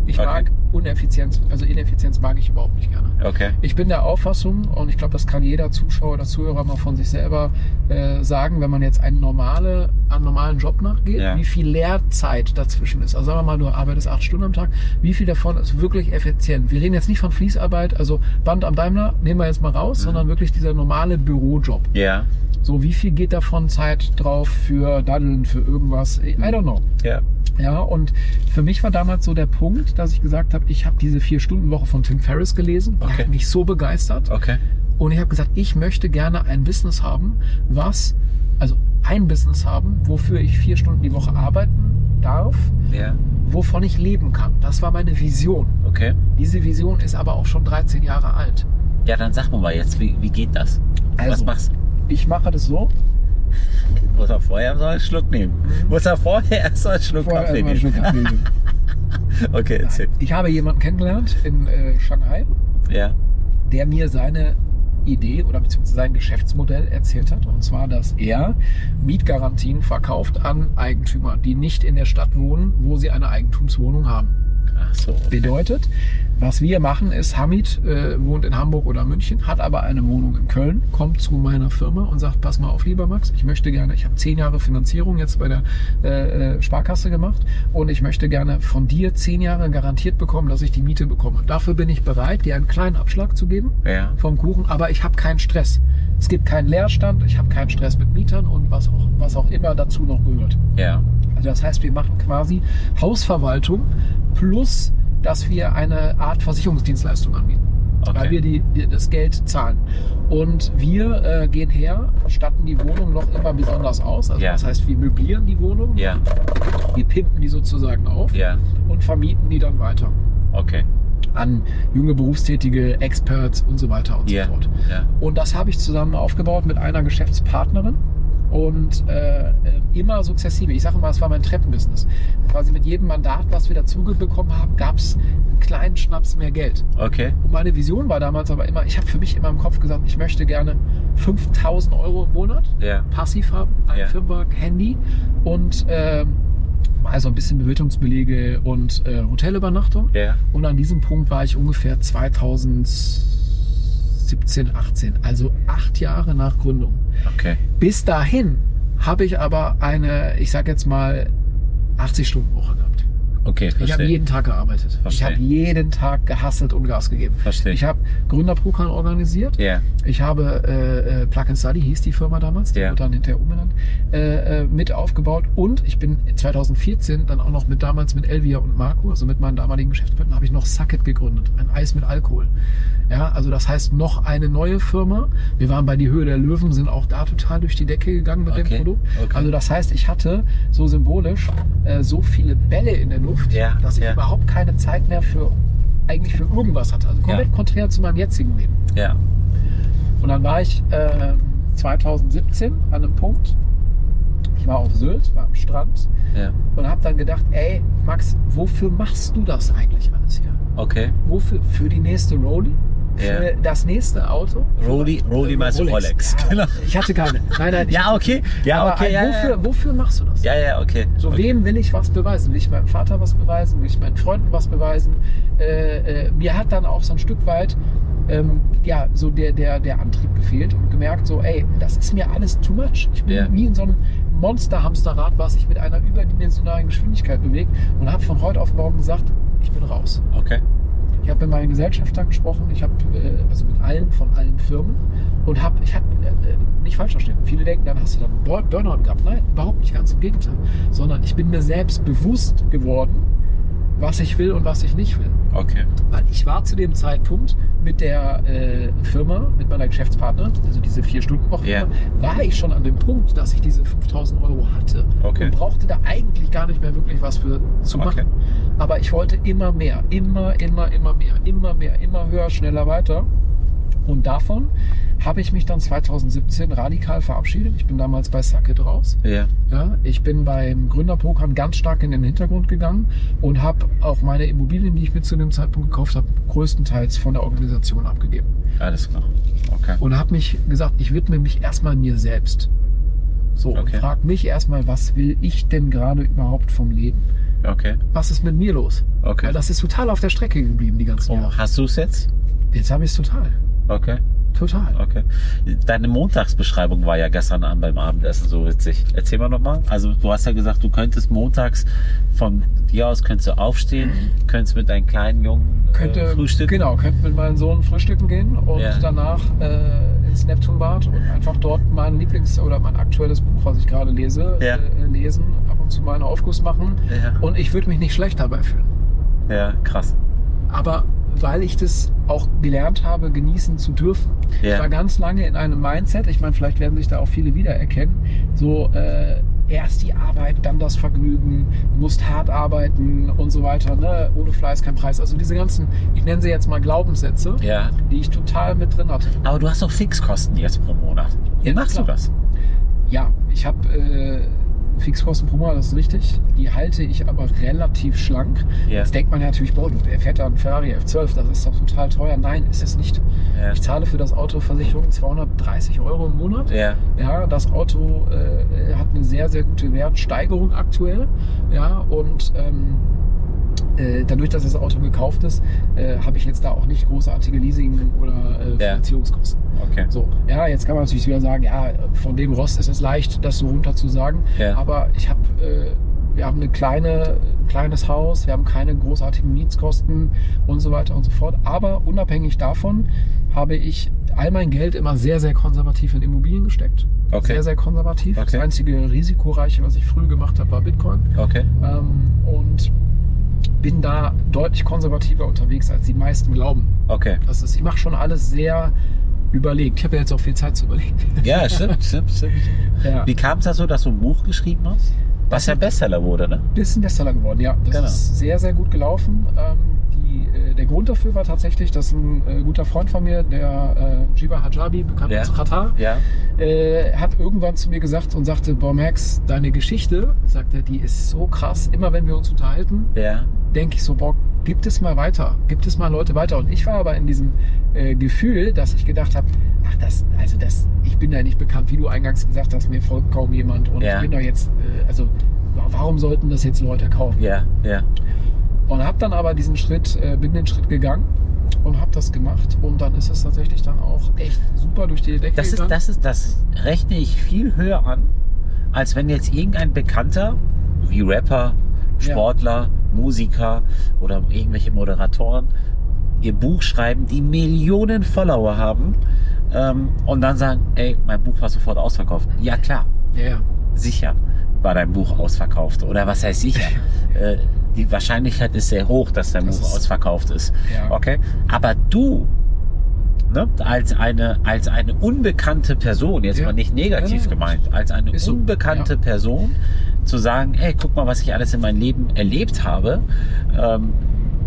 C: Ich
D: Okay.
C: mag Uneffizienz, also Ineffizienz mag ich überhaupt nicht gerne.
D: Okay.
C: Ich bin der Auffassung, und ich glaube, das kann jeder Zuschauer oder Zuhörer mal von sich selber äh, sagen, wenn man jetzt einen, normale, einen normalen Job nachgeht,
D: Ja.
C: wie viel Leerzeit dazwischen ist. Also sagen wir mal, du arbeitest acht Stunden am Tag, wie viel davon ist wirklich effizient? Wir reden jetzt nicht von Fließarbeit, also Band am Daimler nehmen wir jetzt mal raus,
D: Mhm.
C: sondern wirklich dieser normale Bürojob.
D: Ja.
C: So, wie viel geht davon Zeit drauf für Daddeln, für irgendwas? I
D: Mhm.
C: don't know.
D: Ja.
C: Ja, und für mich war damals so der Punkt, dass ich gesagt habe, ich habe diese Vier-Stunden-Woche von Tim Ferriss gelesen. Die
D: Okay.
C: hat mich so begeistert.
D: Okay.
C: Und ich habe gesagt, ich möchte gerne ein Business haben, was, also ein Business haben, wofür ich vier Stunden die Woche arbeiten darf,
D: Ja.
C: wovon ich leben kann. Das war meine Vision.
D: Okay.
C: Diese Vision ist aber auch schon 13 Jahre alt.
D: Ja, dann sag mir mal jetzt, wie, wie geht das? Was
C: Also,
D: machst du?
C: ich mache das so.
D: Muss er vorher erstmal einen Schluck nehmen. Muss er Mhm. vorher erstmal einen Schluck
C: Vorher
D: Kaffee nehmen.
C: erstmal einen Schluck Kaffee nehmen.
D: Okay, erzähl.
C: Ich habe jemanden kennengelernt in äh, Shanghai,
D: Ja.
C: der mir seine Idee oder beziehungsweise sein Geschäftsmodell erzählt hat. Und zwar, dass er Mietgarantien verkauft an Eigentümer, die nicht in der Stadt wohnen, wo sie eine Eigentumswohnung haben.
D: Ach so.
C: Bedeutet, was wir machen ist, Hamid äh, wohnt in Hamburg oder München, hat aber eine Wohnung in Köln, kommt zu meiner Firma und sagt, pass mal auf, lieber Max, ich möchte gerne, ich habe zehn Jahre Finanzierung jetzt bei der äh, äh, Sparkasse gemacht und ich möchte gerne von dir zehn Jahre garantiert bekommen, dass ich die Miete bekomme. Dafür bin ich bereit, dir einen kleinen Abschlag zu geben
D: Ja.
C: vom Kuchen, aber ich habe keinen Stress. Es gibt keinen Leerstand, ich habe keinen Stress mit Mietern und was auch, was auch immer dazu noch gehört.
D: Ja.
C: Also das heißt, wir machen quasi Hausverwaltung plus, dass wir eine Art Versicherungsdienstleistung anbieten.
D: Okay.
C: Weil wir die, die, das Geld zahlen. Und wir äh, gehen her, statten die Wohnung noch immer besonders aus. Also
D: Ja.
C: das heißt, wir möblieren die Wohnung,
D: Ja.
C: wir pimpen die sozusagen auf
D: Ja.
C: und vermieten die dann weiter
D: Okay.
C: an junge Berufstätige, Experts und so weiter und
D: Ja.
C: so fort.
D: Ja.
C: Und das habe ich zusammen aufgebaut mit einer Geschäftspartnerin und äh, äh, immer sukzessive. Ich sage mal, es war mein Treppenbusiness. Quasi mit jedem Mandat, was wir dazu bekommen haben, gab es einen kleinen Schnaps mehr Geld.
D: Okay.
C: Und meine Vision war damals aber immer, ich habe für mich immer im Kopf gesagt, ich möchte gerne 5000 Euro im Monat
D: Ja.
C: passiv haben, ein
D: Ja.
C: Firmenwagen, Handy und ähm, also ein bisschen Bewirtungsbelege und äh, Hotelübernachtung.
D: Ja.
C: Und an diesem Punkt war ich ungefähr 2017, 18, also acht Jahre nach Gründung.
D: Okay.
C: Bis dahin habe ich aber eine, ich sag jetzt mal, 80-Stunden-Woche gehabt.
D: Okay,
C: Ich habe
D: verstehe.
C: jeden Tag gearbeitet. Ich
D: Verstehe.
C: habe jeden Tag gehasselt und Gas gegeben.
D: Verstehe.
C: Ich habe Gründerprogramm organisiert.
D: Ja.
C: Ich habe äh, äh, Plug and Study, hieß die Firma damals, die
D: Ja.
C: wurde dann hinterher umbenannt, äh, äh, mit aufgebaut. Und ich bin 2014 dann auch noch mit damals mit Elvia und Marco, also mit meinen damaligen Geschäftspartnern, habe ich noch Sucket gegründet, ein Eis mit Alkohol. Ja, also das heißt noch eine neue Firma. Wir waren bei die Höhe der Löwen, sind auch da total durch die Decke gegangen mit
D: Okay,
C: dem Produkt.
D: okay.
C: Also das heißt, ich hatte so symbolisch äh, so viele Bälle in der Luft,
D: Ja,
C: dass ich
D: ja.
C: überhaupt keine Zeit mehr für eigentlich für irgendwas hatte. Also komplett
D: Ja.
C: konträr zu meinem jetzigen Leben.
D: Ja.
C: Und dann war ich ähm, 2017 an einem Punkt. Ich war auf Sylt, war am Strand
D: Ja.
C: und habe dann gedacht, ey, Max, wofür machst du das eigentlich alles hier?
D: Okay.
C: Wofür? Für die nächste Rolli? Für
D: Ja.
C: das nächste Auto?
D: Rolli, Rolli meinst du Rolex.
C: Äh, Ja,
D: Genau.
C: Ich hatte keine. Nein, nein. ich-
D: Ja, okay. Ja,
C: aber
D: okay.
C: ein,
D: Ja, ja,
C: wofür,
D: ja.
C: wofür machst du das?
D: ja, ja, okay.
C: So,
D: okay.
C: wem will ich was beweisen? Will ich meinem Vater was beweisen? Will ich meinen Freunden was beweisen? Äh, äh, mir hat dann auch so ein Stück weit ähm, ja, so der, der, der Antrieb gefehlt und gemerkt, so, ey, das ist mir alles too much. Ich bin
D: Ja.
C: wie in so einem Monsterhamsterrad, was sich mit einer überdimensionalen Geschwindigkeit bewegt und habe von heute auf morgen gesagt, ich bin raus.
D: Okay.
C: Ich habe mit meinen Gesellschaftern gesprochen, ich habe äh, also mit allen von allen Firmen und habe, ich habe äh, äh, nicht falsch verstehen. Viele denken, dann hast du dann Bur- Burnout gehabt. Nein, überhaupt nicht, ganz im Gegenteil. Sondern ich bin mir selbst bewusst geworden, was ich will und was ich nicht will.
D: Okay.
C: Weil ich war zu dem Zeitpunkt mit der äh, Firma, mit meiner Geschäftspartnerin, also diese vier Stunden Woche,
D: Ja.
C: war ich schon an dem Punkt, dass ich diese 5000 Euro hatte
D: Okay.
C: und brauchte da eigentlich gar nicht mehr wirklich was für zu machen.
D: Okay.
C: Aber ich wollte immer mehr, immer, immer, immer mehr, immer mehr, immer höher, schneller, weiter. Und davon habe ich mich dann 2017 radikal verabschiedet. Ich bin damals bei Sucket raus.
D: Ja.
C: Ja, ich bin beim Gründerpokern ganz stark in den Hintergrund gegangen und habe auch meine Immobilien, die ich mir zu dem Zeitpunkt gekauft habe, größtenteils von der Organisation abgegeben.
D: Alles klar. Okay.
C: Und habe mich gesagt, ich widme mich erstmal mir selbst. So, und
D: Okay.
C: frag mich erstmal, was will ich denn gerade überhaupt vom Leben?
D: Okay.
C: Was ist mit mir los? Weil
D: Okay.
C: das ist total auf der Strecke geblieben, die ganzen
D: Oh,
C: Jahre.
D: hast du es jetzt?
C: Jetzt habe ich es total.
D: Okay.
C: Total.
D: Okay. Deine Montagsbeschreibung war ja gestern Abend beim Abendessen so witzig. Erzähl mal nochmal. Also du hast ja gesagt, du könntest montags von dir aus könntest du aufstehen, könntest mit deinen kleinen Jungen
C: Mhm. Könnte,
D: äh, frühstücken.
C: Genau, könnte mit meinem Sohn frühstücken gehen und
D: Ja.
C: danach äh, ins Neptunbad und einfach dort mein Lieblings- oder mein aktuelles Buch, was ich gerade lese,
D: Ja.
C: äh, lesen, ab und zu mal einen Aufguss machen.
D: Ja.
C: Und ich würde mich nicht schlecht dabei fühlen.
D: ja, krass.
C: Aber weil ich das auch gelernt habe, genießen zu dürfen. Ich
D: Ja.
C: war ganz lange in einem Mindset, ich meine, vielleicht werden sich da auch viele wiedererkennen, so, äh, erst die Arbeit, dann das Vergnügen, du musst hart arbeiten und so weiter. Ne? Ohne Fleiß kein Preis. Also diese ganzen, ich nenne sie jetzt mal Glaubenssätze,
D: Ja.
C: die ich total mit drin hatte.
D: Aber du hast doch Fixkosten jetzt pro Monat. Wie
C: Ja,
D: machst
C: klar.
D: du das?
C: Ja, ich habe äh, Fixkosten pro Monat, das ist richtig. Die halte ich aber relativ schlank.
D: Ja.
C: Jetzt denkt man ja natürlich, boah, du, der fährt da einen Ferrari F12, das ist doch total teuer. Nein, ist es nicht.
D: Ja.
C: Ich zahle für das Auto Versicherung 230 Euro im Monat.
D: Ja.
C: Ja, das Auto äh, hat eine sehr, sehr gute Wertsteigerung aktuell. Ja, und ähm, äh, dadurch, dass das Auto gekauft ist, äh, habe ich jetzt da auch nicht großartige Leasing- oder äh,
D: Ja.
C: Finanzierungskosten.
D: Okay.
C: So, ja, jetzt kann man natürlich wieder sagen, ja, von dem Rost ist es leicht, das so runter zu sagen.
D: Ja.
C: Aber ich habe, äh, wir haben eine kleine, ein kleines Haus, wir haben keine großartigen Mietskosten und so weiter und so fort. Aber unabhängig davon habe ich all mein Geld immer sehr, sehr konservativ in Immobilien gesteckt.
D: Okay.
C: Sehr, sehr konservativ.
D: Okay.
C: Das einzige risikoreiche, was ich früh gemacht habe, war Bitcoin.
D: Okay.
C: Ähm, und bin da deutlich konservativer unterwegs, als die meisten glauben.
D: Okay.
C: Das ist, ich mache schon alles sehr überlegt. Ich habe ja jetzt auch viel Zeit zu überlegen.
D: Ja, stimmt, stimmt, stimmt.
C: Ja.
D: Wie kam es dazu, dass du ein Buch geschrieben hast? Was ja Bestseller wurde, ne?
C: Ist ein Bestseller geworden, ja. Das
D: Genau.
C: ist sehr, sehr gut gelaufen. Ähm, die, äh, der Grund dafür war tatsächlich, dass ein äh, guter Freund von mir, der äh, Jiba Hajabi, bekannt
D: Ja.
C: als Qatar,
D: Ja.
C: äh, hat irgendwann zu mir gesagt und sagte, boah Max, deine Geschichte, sagt er, die ist so krass. Immer wenn wir uns unterhalten,
D: Ja.
C: denke ich so, boah, gibt es mal weiter, gibt es mal Leute weiter. Und ich war aber in diesem äh, Gefühl, dass ich gedacht habe, ach das, also das, ich bin ja nicht bekannt, wie du eingangs gesagt hast, mir folgt kaum jemand und
D: Ja.
C: ich bin doch jetzt, äh, also wa- warum sollten das jetzt Leute kaufen?
D: Ja. Ja.
C: Und habe dann aber diesen Schritt, äh, bin den Schritt gegangen und habe das gemacht und dann ist es tatsächlich dann auch echt super durch die Decke
D: Das ist,
C: gegangen.
D: das ist, das rechne ich viel höher an, als wenn jetzt irgendein Bekannter, wie Rapper,
C: Ja.
D: Sportler, Musiker oder irgendwelche Moderatoren, ihr Buch schreiben, die Millionen Follower haben ähm, und dann sagen, ey, mein Buch war sofort ausverkauft. Ja klar,
C: ja, ja.
D: sicher war dein Buch ausverkauft. Oder was heißt sicher? äh, die Wahrscheinlichkeit ist sehr hoch, dass dein
C: Das
D: Buch
C: ist-
D: ausverkauft ist.
C: Ja.
D: Okay. Aber du, ne, als eine, als eine unbekannte Person, jetzt
C: Ja.
D: mal nicht negativ
C: Ja, ja.
D: gemeint, als eine
C: Ist so.
D: unbekannte
C: Ja.
D: Person zu sagen, ey, guck mal, was ich alles in meinem Leben erlebt habe. Ähm,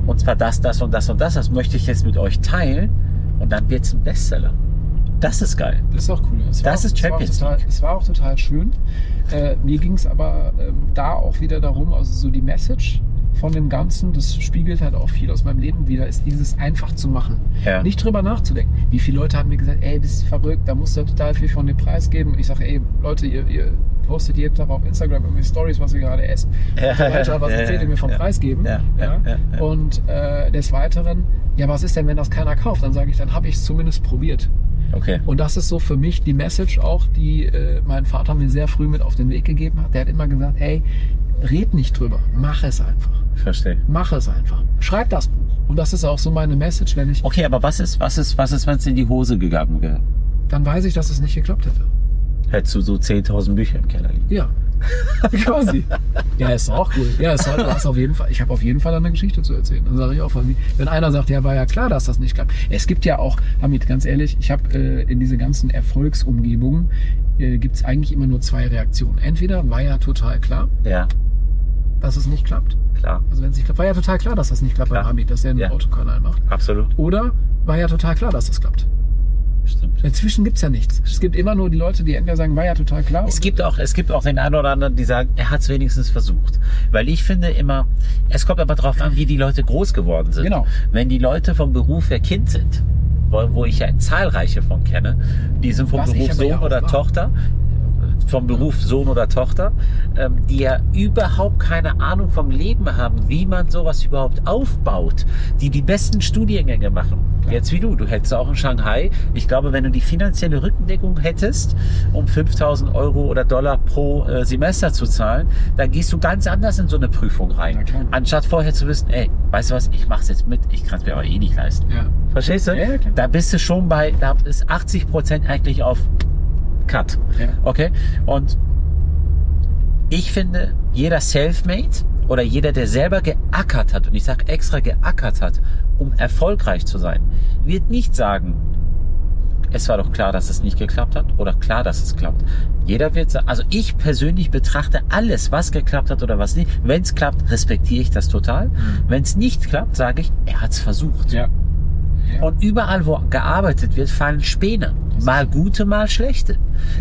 D: und zwar das, das und das und das, das möchte ich jetzt mit euch teilen. Und dann wird's ein Bestseller. Das ist geil.
C: Das ist auch cool. Es
D: Das
C: war,
D: ist
C: es war auch
D: Champions
C: total-
D: League.
C: Es war auch total schön. Äh, mir ging es aber ähm, da auch wieder darum, also so die Message von dem Ganzen, das spiegelt halt auch viel aus meinem Leben wieder, ist dieses einfach zu machen.
D: Ja.
C: Nicht drüber nachzudenken. Wie viele Leute haben mir gesagt, ey, das ist verrückt, da musst du ja total viel von dem Preis geben. Und ich sage, ey, Leute, ihr, ihr postet jeden Tag auf Instagram irgendwelche Stories, was ihr gerade esst. Und so weiter, was
D: Ja,
C: erzählt ihr mir vom
D: ja.
C: Preis geben?
D: Ja, ja, ja, ja.
C: Und äh, des Weiteren, ja, was ist denn, wenn das keiner kauft? Dann sage ich, dann habe ich es zumindest probiert.
D: Okay.
C: Und das ist so für mich die Message auch, die äh, mein Vater mir sehr früh mit auf den Weg gegeben hat. Der hat immer gesagt, hey, red nicht drüber, mach es einfach.
D: Verstehe.
C: Mach es einfach. Schreib das Buch. Und das ist auch so meine Message, wenn ich,
D: Okay, aber was ist, was ist, was ist, wenn es in die Hose gegangen wäre?
C: dann weiß ich, dass es nicht geklappt hätte.
D: Hättest du so 10.000 Bücher im Keller liegen.
C: Ja. Quasi. Ja, ist doch auch cool. Ja, ist halt, das auf jeden Fall, ich habe auf jeden Fall eine Geschichte zu erzählen. Dann sage ich auch von mir. Wenn einer sagt, ja, war ja klar, dass das nicht klappt. Es gibt ja auch, Hamid, ganz ehrlich, ich habe äh, in diese ganzen Erfolgsumgebungen äh, gibt es eigentlich immer nur zwei Reaktionen. Entweder war ja total klar,
D: Ja,
C: dass es nicht klappt.
D: klar.
C: Also wenn es nicht klappt, war ja total klar, dass das nicht klappt
D: Klar.
C: bei Hamid, dass er einen
D: Ja.
C: Autokanal macht.
D: Absolut.
C: Oder war ja total klar, dass das klappt.
D: Stimmt.
C: Dazwischen gibt es ja nichts. Es gibt immer nur die Leute, die entweder sagen, war ja total klar.
D: Es gibt auch, es gibt auch den einen oder anderen, die sagen, er hat es wenigstens versucht. Weil ich finde immer, es kommt aber darauf an, wie die Leute groß geworden sind.
C: Genau.
D: Wenn die Leute vom Beruf her Kind sind, wo, wo ich ja zahlreiche von kenne, die sind vom
C: Was ich
D: Beruf
C: aber
D: Sohn
C: ja auch
D: oder
C: war.
D: Tochter, vom Beruf Sohn oder Tochter, ähm, die ja überhaupt keine Ahnung vom Leben haben, wie man sowas überhaupt aufbaut, die die besten Studiengänge machen. Jetzt wie du, du hättest auch in Shanghai, ich glaube, wenn du die finanzielle Rückendeckung hättest, um 5000 Euro oder Dollar pro äh, Semester zu zahlen, dann gehst du ganz anders in so eine Prüfung
C: Na
D: rein.
C: klar.
D: Anstatt vorher zu wissen, ey, weißt du was, ich mach's jetzt mit, ich kann's mir aber eh nicht leisten.
C: ja.
D: Verstehst du?
C: Ja, ja, klar.
D: da bist du schon bei, da ist 80 Prozent eigentlich auf Cut.
C: Ja.
D: Okay? Und ich finde, jeder Selfmade oder jeder, der selber geackert hat, und ich sage extra geackert hat, um erfolgreich zu sein, wird nicht sagen, es war doch klar, dass es nicht geklappt hat oder klar, dass es klappt. Jeder wird sagen, also ich persönlich betrachte alles, was geklappt hat oder was nicht. Wenn es klappt, respektiere ich das total. Wenn es nicht klappt, sage ich, er hat es versucht.
C: Mhm. Ja.
D: Und überall, wo gearbeitet wird, fallen Späne. Mal gute, mal schlechte.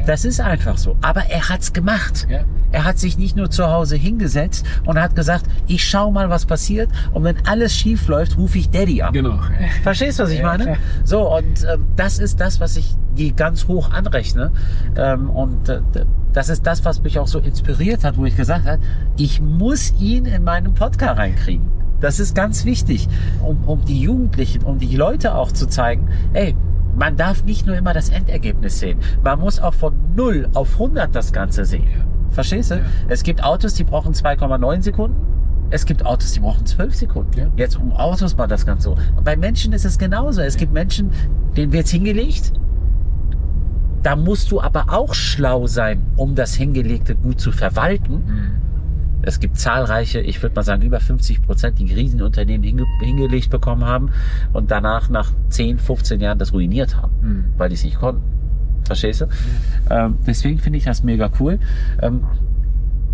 D: Das ist einfach so. Aber er hat's gemacht.
C: Ja.
D: Er hat sich nicht nur zu Hause hingesetzt und hat gesagt, ich schau mal, was passiert. Und wenn alles schief läuft, rufe ich Daddy an.
C: Genau.
D: Verstehst du, was ich
C: Ja,
D: meine?
C: klar.
D: So, und ähm, das ist das, was ich die ganz hoch anrechne. Ähm, und äh, d- das ist das, was mich auch so inspiriert hat, wo ich gesagt habe, ich muss ihn in meinen Podcast reinkriegen. Das ist ganz wichtig, um, um die Jugendlichen, um die Leute auch zu zeigen, ey, man darf nicht nur immer das Endergebnis sehen. Man muss auch von 0 auf 100 das Ganze sehen. Verstehst du?
C: Ja.
D: Es gibt Autos, die brauchen 2,9 Sekunden. Es gibt Autos, die brauchen 12 Sekunden.
C: Ja.
D: Jetzt um Autos mal das Ganze so. Und bei Menschen ist es genauso. Es gibt Menschen, denen wird's hingelegt. Da musst du aber auch schlau sein, um das Hingelegte gut zu verwalten. Es gibt zahlreiche, ich würde mal sagen, über 50 Prozent, die Riesenunternehmen hinge hingelegt bekommen haben und danach nach 10, 15 Jahren das ruiniert haben weil die es nicht konnten. Verstehst du? Ähm, deswegen finde ich das mega cool. Ähm,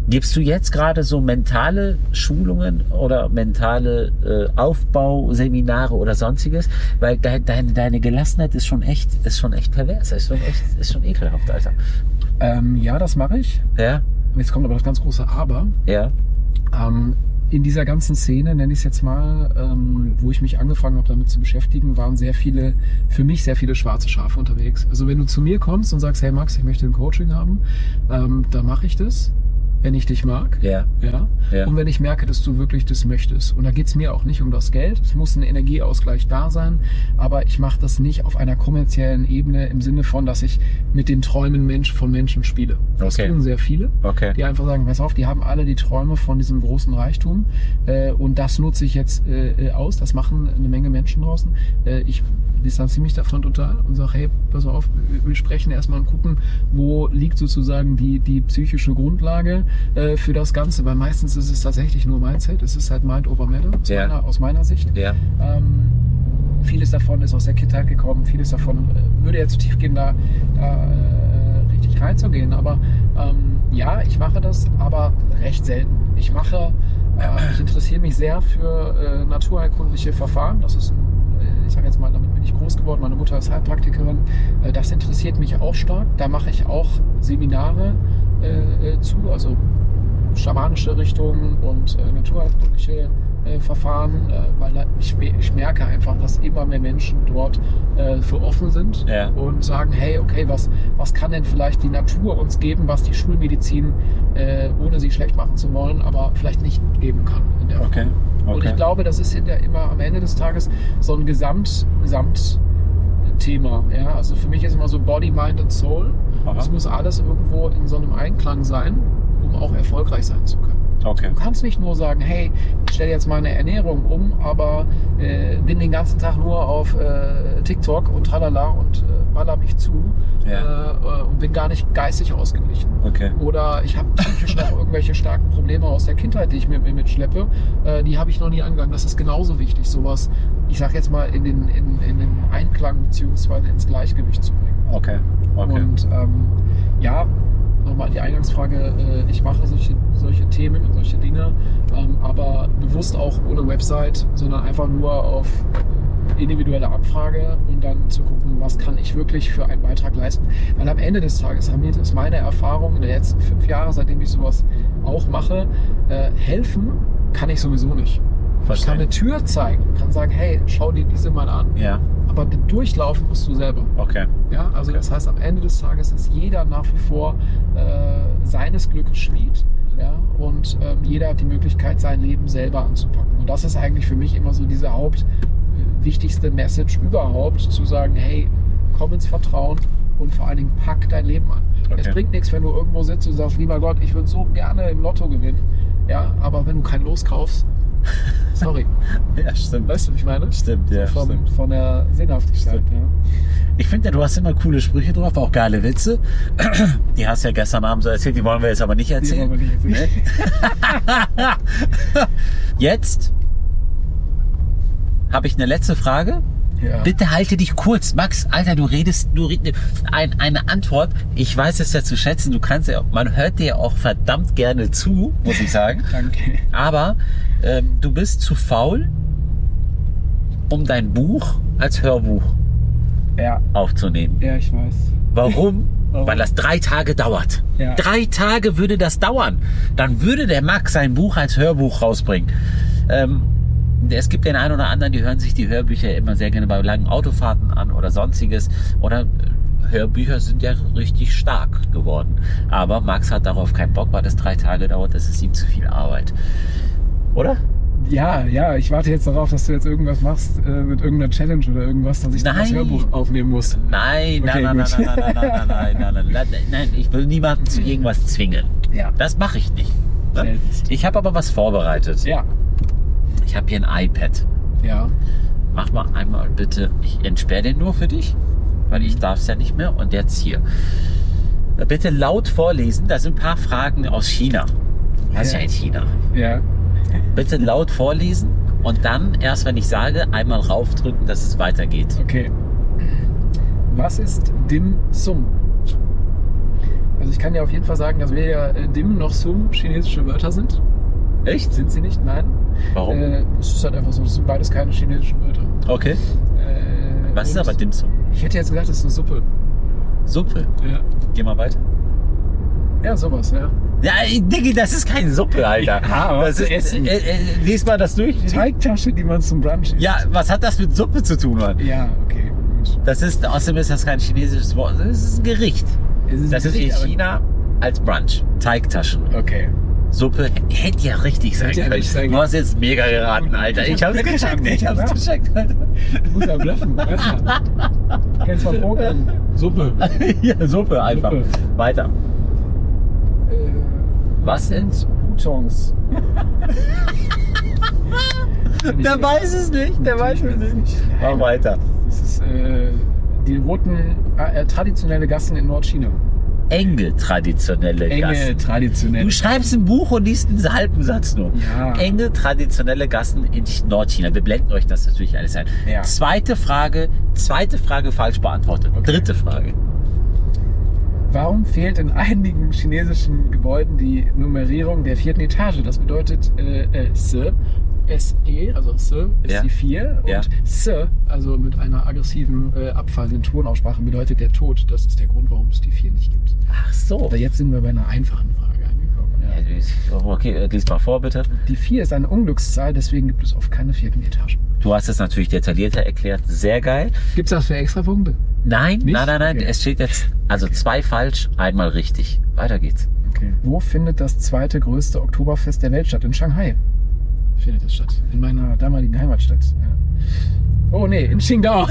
D: gibst du jetzt gerade so mentale Schulungen oder mentale äh, Aufbauseminare oder sonstiges? Weil de deine, deine Gelassenheit ist schon echt, ist schon echt pervers, ist schon echt, ist schon ekelhaft, Alter.
C: Ähm, ja, das mache ich.
D: Ja,
C: Jetzt kommt aber das ganz große Aber.
D: ja,
C: Ähm, in dieser ganzen Szene, nenne ich es jetzt mal, ähm, wo ich mich angefangen habe, damit zu beschäftigen, waren sehr viele, für mich sehr viele schwarze Schafe unterwegs. Also wenn du zu mir kommst und sagst, hey Max, ich möchte ein Coaching haben, ähm, dann mache ich das, wenn ich dich mag.
D: ja,
C: Ja.
D: ja.
C: Und wenn ich merke, dass du wirklich das möchtest. Und da geht's mir auch nicht um das Geld. Es muss ein Energieausgleich da sein. Aber ich mache das nicht auf einer kommerziellen Ebene im Sinne von, dass ich mit den Träumen Mensch von Menschen spiele. Das
D: Okay.
C: tun sehr viele
D: Okay.
C: die einfach sagen, pass auf, die haben alle die Träume von diesem großen Reichtum äh, und das nutze ich jetzt äh, äh, aus, das machen eine Menge Menschen draußen. Äh, ich distanziere mich davon total und sage, hey, pass auf, wir- wir sprechen erstmal und gucken, wo liegt sozusagen die, die psychische Grundlage äh, für das Ganze, weil meistens ist es tatsächlich nur Mindset, es ist halt Mind over Matter aus,
D: Ja.
C: meiner, aus meiner Sicht.
D: Ja,
C: Ähm, vieles davon ist aus der Kindheit gekommen, vieles davon äh, würde jetzt zu tief gehen, da, da äh, richtig reinzugehen. Aber ähm, ja, ich mache das, aber recht selten. Ich mache, äh, ich interessiere mich sehr für äh, naturheilkundliche Verfahren. Das ist ein äh, ich sage jetzt mal, damit bin ich groß geworden. Meine Mutter ist Heilpraktikerin. Äh, Das interessiert mich auch stark. Da mache ich auch Seminare äh, äh, zu, also schamanische Richtung und äh, naturheilkundliche äh, Verfahren, äh, weil da- ich, me- ich merke einfach, dass immer mehr Menschen dort äh, für offen sind
D: Ja.
C: und sagen, hey, okay, was, was kann denn vielleicht die Natur uns geben, was die Schulmedizin, äh, ohne sie schlecht machen zu wollen, aber vielleicht nicht geben kann. In der Form. Und ich glaube, das ist hinter immer am Ende des Tages so ein Gesamt, Gesamtthema. Ja? Also für mich ist immer so Body, Mind and Soul. Es muss alles irgendwo in so einem Einklang sein, um auch erfolgreich sein zu können.
D: Okay.
C: Du kannst nicht nur sagen, hey, ich stelle jetzt meine Ernährung um, aber äh, bin den ganzen Tag nur auf äh, TikTok und tralala und äh, baller mich zu äh, äh, und bin gar nicht geistig ausgeglichen.
D: okay.
C: Oder ich habe psychisch noch irgendwelche starken Probleme aus der Kindheit, die ich mit mir mitschleppe. Äh, die habe ich noch nie angegangen. Das ist genauso wichtig, sowas, ich sag jetzt mal, in den, in, in den Einklang bzw. ins Gleichgewicht zu bringen.
D: Okay.
C: Und ähm, ja, nochmal die Eingangsfrage, äh, ich mache solche, solche Themen und solche Dinge, ähm, aber bewusst auch ohne Website, sondern einfach nur auf individuelle Abfrage und dann zu gucken, was kann ich wirklich für einen Beitrag leisten. Weil am Ende des Tages, Hamid, ist meine Erfahrung in den letzten fünf Jahren, seitdem ich sowas auch mache, äh, helfen kann ich sowieso nicht. Ich kann
D: Verstehe.
C: eine Tür zeigen, kann sagen, hey, schau dir diese mal an,
D: Ja,
C: aber durchlaufen musst du selber.
D: okay.
C: Ja, also
D: Okay.
C: das heißt, am Ende des Tages ist jeder nach wie vor äh, seines Glückes Schmied. Ja, und ähm, jeder hat die Möglichkeit, sein Leben selber anzupacken. Und das ist eigentlich für mich immer so diese hauptwichtigste Message überhaupt, zu sagen, hey, komm ins Vertrauen und vor allen Dingen pack dein Leben an.
D: Okay.
C: Es bringt nichts, wenn du irgendwo sitzt und sagst, lieber Gott, ich würde so gerne im Lotto gewinnen. Ja, aber wenn du kein Los kaufst, sorry.
D: Ja, stimmt.
C: weißt du, wie ich meine?
D: Stimmt, ja,
C: Von,
D: stimmt.
C: von der Sinnhaftigkeit.
D: Stimmt.
C: Ja.
D: Ich finde, du hast immer coole Sprüche drauf, auch geile Witze. Die hast du ja gestern Abend so erzählt, die wollen wir jetzt aber nicht
C: Die wollen wir
D: erzählen.
C: nicht erzählen.
D: Jetzt habe ich eine letzte Frage
C: Ja.
D: Bitte halte dich kurz. Max, Alter, du redest, du redest ein, eine Antwort. Ich weiß es ja zu schätzen. Du kannst ja, man hört dir ja auch verdammt gerne zu, muss ich sagen.
C: Danke.
D: Aber ähm, du bist zu faul, um dein Buch als Hörbuch
C: Ja,
D: aufzunehmen.
C: ja, ich weiß.
D: Warum?
C: Warum?
D: Weil das drei Tage dauert.
C: Ja.
D: Drei Tage würde das dauern. Dann würde der Max sein Buch als Hörbuch rausbringen. Ähm, es gibt den einen oder anderen, die hören sich die Hörbücher immer sehr gerne bei langen Autofahrten an oder sonstiges. Oder äh, Hörbücher sind ja richtig stark geworden. Aber Max hat darauf keinen Bock, weil das drei Tage dauert. Das ist ihm zu viel Arbeit. Oder?
C: Ja, ja, ich warte jetzt darauf, dass du jetzt irgendwas machst äh, mit irgendeiner Challenge oder irgendwas, dass ich dann das
D: Nein.
C: Hörbuch aufnehmen muss.
D: Nein,
C: Okay,
D: nein, nein,
C: gut.
D: nein, nein, nein, nein, nein, nein, nein, nein, nein, ich will niemanden zu irgendwas zwingen.
C: Ja.
D: Das mache ich nicht. Ne?
C: Selbst.
D: Ich habe aber was vorbereitet.
C: Ja,
D: Ich habe hier ein iPad.
C: ja.
D: Mach mal einmal bitte. Ich entsperre den nur für dich, weil
C: Mhm.
D: ich darf es ja nicht mehr. Und jetzt hier. Bitte laut vorlesen. Da sind ein paar Fragen aus China. Das ist ja
C: Ja.
D: in China.
C: Ja,
D: Bitte laut vorlesen und dann erst, wenn ich sage, einmal raufdrücken, dass es weitergeht.
C: okay. Was ist Dim Sum? Also ich kann ja auf jeden Fall sagen, dass weder äh, Dim noch Sum chinesische Wörter sind.
D: Echt?
C: Sind sie nicht? Nein.
D: Warum?
C: Äh, es ist halt einfach so, das sind beides keine chinesischen Wörter.
D: Okay.
C: Äh,
D: Was ist
C: und
D: aber Dim Sum?
C: Ich hätte jetzt gesagt, das ist eine Suppe.
D: Suppe.
C: Ja,
D: Geh mal weiter.
C: ja sowas, ja.
D: Ja, Diggi, das ist keine Suppe, Alter.
C: Ja, aber
D: das
C: was
D: ist,
C: zu essen.
D: Äh, äh, lies mal das durch.
C: Teigtasche, die man zum Brunch isst.
D: Ja, was hat das mit Suppe zu tun, Mann?
C: Ja, okay, gut.
D: Das ist, außerdem ist das kein chinesisches Wort, das ist ein Gericht.
C: Es
D: Das ist in
C: nicht, aber-
D: China als Brunch. Teigtaschen.
C: Okay.
D: Suppe h- hätte ja richtig sein
C: Hätte ja
D: können.
C: richtig sein
D: Du hast jetzt mega geraten, Alter. Ich hab's gecheckt, ich hab's gecheckt, Alter.
C: Du musst ja bluffen, weißt du? Kennst du Pokémon? Suppe.
D: ja, Suppe einfach.
C: Suppe.
D: Weiter.
C: Äh,
D: Was sind?
C: Chance.
D: Der weiß es nicht, der weiß es nicht. Mach weiter.
C: Das ist äh, die roten, äh, äh, traditionelle Gassen in Nordchina.
D: Enge traditionelle Gassen.
C: traditionelle.
D: Du schreibst ein Buch und liest einen halben Satz nur.
C: Ja.
D: Enge traditionelle Gassen in Nordchina. Wir blenden euch das natürlich alles ein.
C: Ja.
D: Zweite Frage, zweite Frage falsch beantwortet.
C: Okay.
D: Dritte Frage.
C: Warum fehlt in einigen chinesischen Gebäuden die Nummerierung der vierten Etage? Das bedeutet äh, äh, Se, SE, also Se ist
D: Ja.
C: die 4 und
D: Ja.
C: Se, also mit einer aggressiven, äh, abfallenden Tonaussprache, bedeutet der Tod. Das ist der Grund, warum es die 4 nicht gibt.
D: Ach so.
C: Aber jetzt sind wir bei einer einfachen Frage angekommen.
D: Ja, lies- Okay, äh, lies mal vor, bitte.
C: Die 4 ist eine Unglückszahl, deswegen gibt es oft keine vierten Etage.
D: Du hast es natürlich detaillierter erklärt. Sehr geil.
C: Gibt es das für extra Punkte?
D: Nein,
C: Nicht?
D: nein, nein, nein.
C: Okay.
D: Es steht jetzt also zwei falsch, einmal richtig. Weiter geht's.
C: Okay. Wo findet das zweite größte Oktoberfest der Welt statt? In Shanghai findet es statt. In meiner damaligen Heimatstadt. Ja. Oh nee, in Qingdao.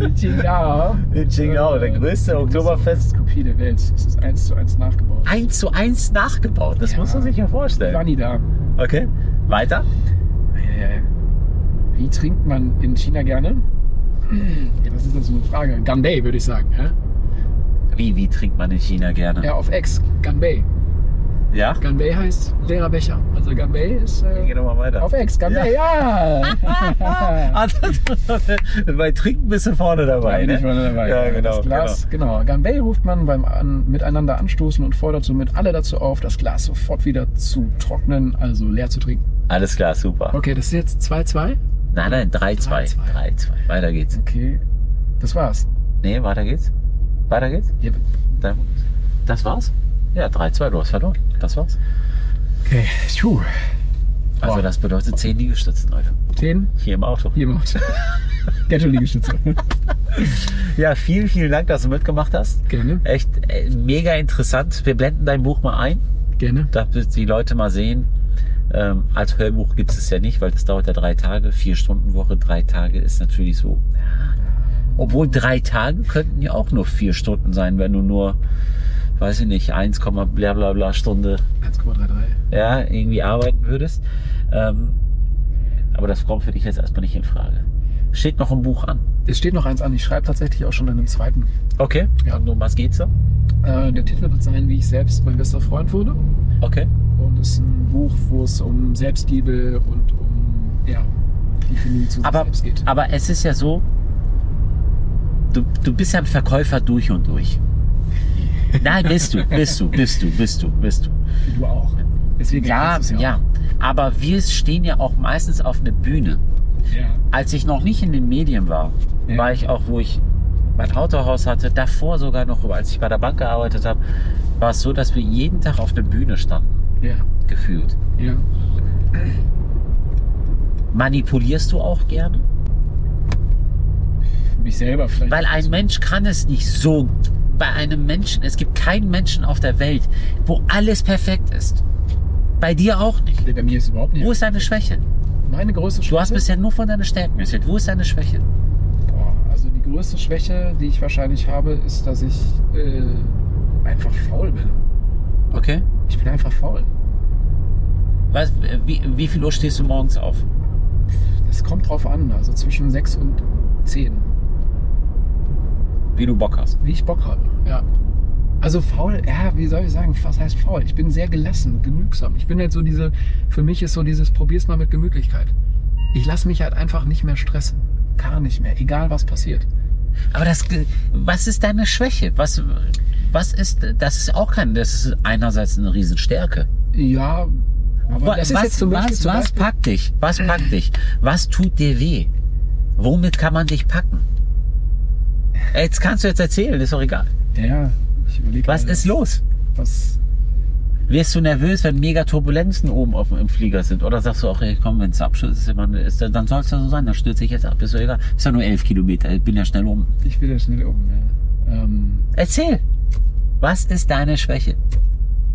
C: in Qingdao.
D: In Qingdao, Genau, der größte Oktoberfest.
C: Kopie der Welt. Es ist eins zu eins nachgebaut.
D: Eins zu eins nachgebaut. Das
C: Ja.
D: muss man sich ja
C: Ich war
D: vorstellen.
C: nie da.
D: Okay, weiter.
C: Wie trinkt man in China gerne? Ja, das ist dann so eine Frage. Ganbei würde ich sagen. Ja,
D: Wie, wie trinkt man in China gerne?
C: ja auf Ex. Ganbei.
D: ja?
C: Ganbei heißt leerer Becher. Also Ganbei ist
D: Geh
C: äh,
D: nochmal weiter.
C: auf Ex. Ganbei, ja.
D: Also, bei Trinken bist du vorne dabei.
C: Da bin
D: ne?
C: ich vorne dabei.
D: Ja, genau.
C: das Glas, genau. Gambell ruft man beim an, Miteinander anstoßen und fordert somit alle dazu auf, das Glas sofort wieder zu trocknen, also leer zu trinken.
D: genau. Alles klar, super.
C: Okay, das ist jetzt 2-2.
D: Nein, nein, 3-2.
C: 3-2.
D: 3-2. Weiter geht's.
C: Okay, das war's.
D: Nee, weiter geht's. Weiter geht's.
C: Yep.
D: Dann- Das war's? Ja, 3-2, du hast verloren. Das war's.
C: Okay, Puh.
D: Also,
C: Boah.
D: das bedeutet 10 Liegestützen, Leute.
C: 10,
D: Hier im Auto.
C: hier macht. Ghetto-Liegestütze.
D: Ja, vielen, vielen Dank, dass du mitgemacht hast.
C: gerne,
D: Echt äh, mega interessant. Wir blenden dein Buch mal ein.
C: gerne.
D: damit die Leute mal sehen, ähm, als Hörbuch gibt es es ja nicht, weil das dauert ja drei Tage, vier Stunden Woche, drei Tage ist natürlich so. Ja. Obwohl drei Tage könnten ja auch nur vier Stunden sein, wenn du nur, weiß ich nicht, 1, bla bla bla Stunde
C: 1,33.
D: ja, irgendwie arbeiten würdest. Ähm, aber das kommt für dich jetzt erstmal nicht in Frage. Steht noch ein Buch an.
C: Es steht noch eins an, ich schreibe tatsächlich auch schon an dem zweiten.
D: Okay. Ja. Und um was geht's da?
C: Äh, der Titel wird sein, wie ich selbst mein bester Freund wurde.
D: Okay.
C: und ist ein Buch, wo es um Selbstliebe und um ja, die Findung zu sich
D: Aber,
C: selbst geht.
D: aber es ist ja so, du, du bist ja ein Verkäufer durch und durch. Nein, bist du, bist du, bist du, bist du, bist du.
C: Du auch. Deswegen
D: Ja,
C: kannst du es
D: ja. Aber wir stehen ja auch meistens auf einer Bühne.
C: auch. ja.
D: Als ich noch nicht in den Medien war,
C: Ja.
D: war ich auch, wo ich mein Autohaus hatte, davor sogar noch, als ich bei der Bank gearbeitet habe, war es so, dass wir jeden Tag auf der Bühne standen,
C: Ja,
D: gefühlt.
C: ja.
D: Manipulierst du auch gerne?
C: Mich selber vielleicht.
D: Weil ein
C: So.
D: Mensch kann es nicht so. Bei einem Menschen, es gibt keinen Menschen auf der Welt, wo alles perfekt ist. Bei dir auch nicht.
C: Nee, Bei mir ist es überhaupt nicht.
D: Wo ist deine Schwäche?
C: Meine größte Schwäche.
D: Du hast bisher nur von deinen Stärken erzählt. Wo ist deine Schwäche?
C: Boah, also die größte Schwäche, die ich wahrscheinlich habe, ist, dass ich äh, einfach faul bin.
D: Okay.
C: Ich bin einfach faul.
D: Was, wie, wie viel Uhr stehst du morgens auf?
C: Das kommt drauf an, also zwischen 6 und 10.
D: Wie du Bock hast.
C: Wie ich Bock habe, ja. Also faul, ja, wie soll ich sagen, was heißt faul? Ich bin sehr gelassen, genügsam. Ich bin halt so diese, für mich ist so dieses, probier's mal mit Gemütlichkeit. Ich lasse mich halt einfach nicht mehr stressen. Gar nicht mehr, egal was passiert.
D: Aber das, was ist deine Schwäche? Was, was ist, das ist auch kein, das ist einerseits eine Riesenstärke.
C: Ja, aber
D: Wa-
C: das
D: was,
C: ist jetzt zum Beispiel,
D: was,
C: zum
D: was
C: Beispiel Hm.
D: packt dich? Was packt dich? Was tut dir weh? Womit kann man dich packen? Ey, Jetzt kannst du jetzt erzählen, ist doch egal.
C: Ja, ich überlege.
D: Was ist los?
C: Was,
D: Wirst du nervös, wenn mega Turbulenzen oben auf, im Flieger sind? Oder sagst du auch, ey, komm, wenn es Abschluss ist, immer- ist, dann soll es ja so sein, dann stürze ich jetzt ab, ist doch egal. Ist ja nur elf Kilometer, ich bin ja schnell um.
C: ich will ja schnell um. Ja. Ähm,
D: Erzähl, was ist deine Schwäche?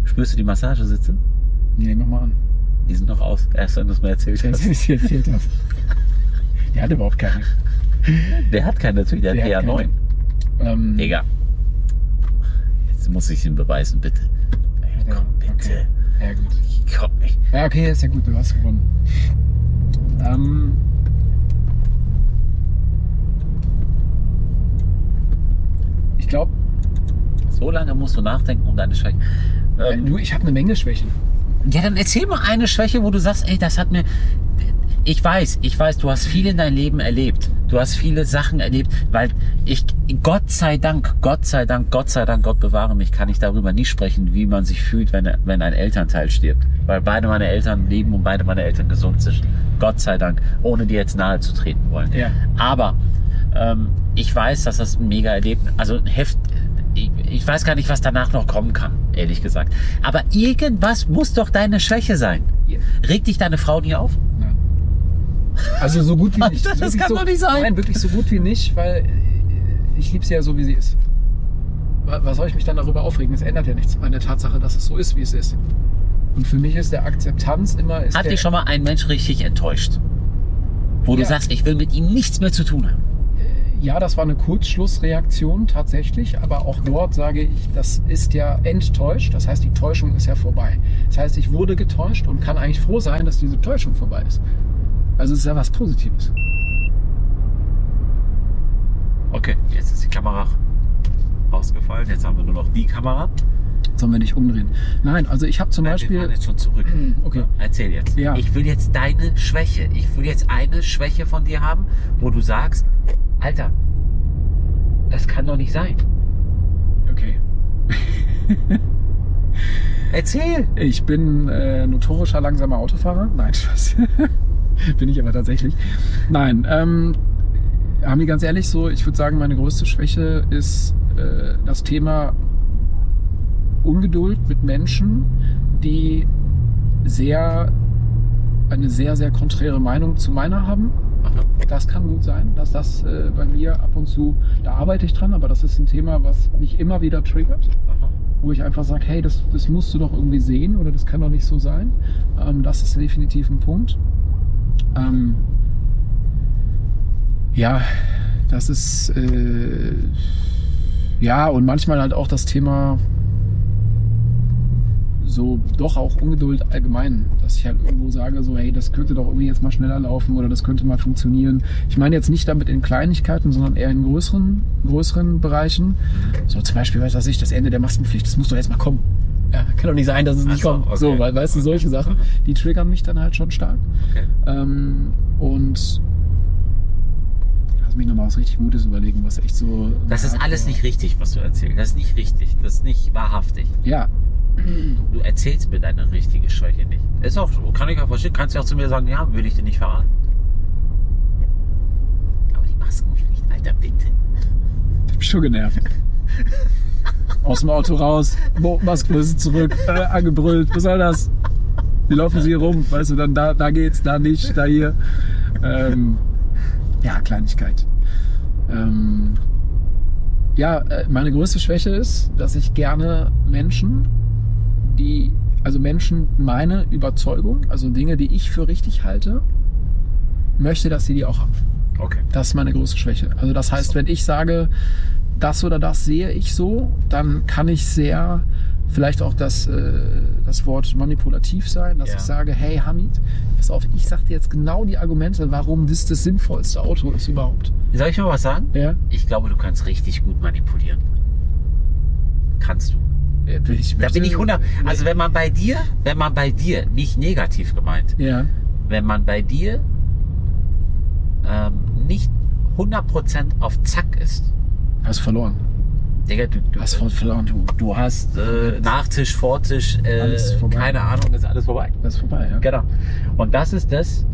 D: Spürst du die Massagesitze?
C: nee, mach mal an.
D: Die sind noch aus. Erst wenn du es mir erzählt
C: Ich weiß
D: hast.
C: nicht, was ich dir erzählt habe. Der hat überhaupt keine.
D: Der hat keinen natürlich, der,
C: Der
D: hat
C: hat
D: PR9.
C: Ähm,
D: Egal. Jetzt muss ich ihn beweisen, bitte. Ey,
C: Ja,
D: komm, bitte.
C: okay. Ja, gut.
D: Komm, ey.
C: Ja, okay, ist ja gut, du hast gewonnen. Ähm. Ich glaube,
D: So lange musst du nachdenken um deine Schwäche. Ähm,
C: äh, du, ich habe eine Menge Schwächen.
D: ja, dann erzähl mal eine Schwäche, wo du sagst, ey, das hat mir. Ich weiß, ich weiß, du hast viel in deinem Leben erlebt. Du hast viele Sachen erlebt, weil ich, Gott sei Dank, Gott sei Dank, Gott sei Dank, Gott bewahre mich, kann ich darüber nicht sprechen, wie man sich fühlt, wenn, wenn ein Elternteil stirbt. Weil beide meine Eltern leben und beide meine Eltern gesund sind. Gott sei Dank, ohne dir jetzt nahe zu treten wollen.
C: Ja.
D: Aber ähm, ich weiß, dass das ein mega Erlebnis, also ein Heft, ich, ich weiß gar nicht, was danach noch kommen kann, ehrlich gesagt. Aber irgendwas muss doch deine Schwäche sein.
C: Ja.
D: Regt dich deine Frau nie auf?
C: Nein. Also so gut wie nicht.
D: Das
C: Wirklich
D: kann
C: so,
D: doch nicht sein.
C: Nein, wirklich so gut wie nicht, weil äh, ich liebe sie ja so, wie sie ist. Wa- Was soll ich mich dann darüber aufregen? Es ändert ja nichts an der Tatsache, dass es so ist, wie es ist. Und für mich ist der Akzeptanz immer... Ist
D: Hat
C: der,
D: dich schon mal ein Mensch richtig enttäuscht? Wo du
C: Ja.
D: sagst, ich will mit ihm nichts mehr zu tun haben.
C: Ja, das war eine Kurzschlussreaktion tatsächlich, aber auch dort sage ich, das ist ja enttäuscht, das heißt, die Täuschung ist ja vorbei. Das heißt, ich wurde getäuscht und kann eigentlich froh sein, dass diese Täuschung vorbei ist. Also es ist ja was Positives.
D: Okay, jetzt ist die Kamera rausgefallen. Jetzt haben wir nur noch die Kamera.
C: Sollen wir nicht umdrehen? Nein, also ich habe zum Beispiel... Hm,
D: jetzt schon zurück.
C: Okay.
D: Erzähl jetzt.
C: Ja.
D: Ich will jetzt deine Schwäche. Ich will jetzt eine Schwäche von dir haben, wo du sagst, Alter, das kann doch nicht sein.
C: Okay.
D: Erzähl.
C: Ich bin äh, notorischer langsamer Autofahrer. Nein, Spaß. bin ich aber tatsächlich. Nein, ähm, Ami, ganz ehrlich, so, ich würde sagen, meine größte Schwäche ist äh, das Thema Ungeduld mit Menschen, die sehr eine sehr, sehr konträre Meinung zu meiner haben. Das kann gut sein, dass das äh, bei mir ab und zu, da arbeite ich dran, aber das ist ein Thema, was mich immer wieder triggert wo ich einfach sage, hey, das, das musst du doch irgendwie sehen oder das kann doch nicht so sein. Ähm, das ist definitiv ein Punkt. Ähm, ja, das ist äh, ja und manchmal halt auch das Thema so doch auch Ungeduld allgemein, dass ich halt irgendwo sage, so hey, das könnte doch irgendwie jetzt mal schneller laufen oder das könnte mal funktionieren. Ich meine jetzt nicht damit in Kleinigkeiten, sondern eher in größeren, größeren Bereichen. So zum Beispiel, weiß was weiß ich, das Ende der Maskenpflicht, das muss doch jetzt mal kommen. ja, kann doch nicht sein, dass es nicht
D: Ach so,
C: kommt.
D: okay.
C: So, weil, weißt du, solche Sachen, die triggern mich dann halt schon stark.
D: Okay.
C: Ähm, und lass mich nochmal was richtig Gutes überlegen, was echt so.
D: Das ist alles nicht richtig, was du erzählst. Das ist nicht richtig. Das ist nicht wahrhaftig.
C: Ja,
D: Du erzählst mir deine richtige Schwäche nicht. Ist auch, kann ich auch verstehen. Kannst ja auch zu mir sagen, ja, will ich dir nicht verraten. Aber die Maskenpflicht, Alter, bitte.
C: ich bin schon genervt. Aus dem Auto raus, Bo- Maskengröße zurück, äh, angebrüllt, was soll das? Wie laufen sie hier rum? Weißt du, dann da, da geht's, da nicht, da hier. Ähm, ja, Kleinigkeit. Ähm, ja, äh, meine größte Schwäche ist, dass ich gerne Menschen, die, also Menschen meine Überzeugung, also Dinge, die ich für richtig halte, möchte, dass sie die auch haben.
D: Okay.
C: Das ist meine große Schwäche. Also das heißt, wenn ich sage, das oder das sehe ich so, dann kann ich sehr, vielleicht auch das, äh, das Wort manipulativ sein, dass
D: Ja.
C: ich sage, hey Hamid, pass auf, ich sag dir jetzt genau die Argumente, warum das das sinnvollste Auto ist überhaupt.
D: Soll ich mal was sagen?
C: Ja?
D: Ich glaube, du kannst richtig gut manipulieren. Kannst du.
C: Ich
D: Da bin ich 100. Also wenn man bei dir, wenn man bei dir, nicht negativ gemeint,
C: Ja,
D: wenn man bei dir ähm, nicht 100% auf Zack ist,
C: hast verloren.
D: Digga, du, du,
C: Hast voll verloren.
D: du, du hast äh, Nachtisch, Vortisch, äh,
C: Alles vorbei.
D: keine Ahnung, ist alles vorbei.
C: Das ist vorbei, ja.
D: Genau. Und das ist das,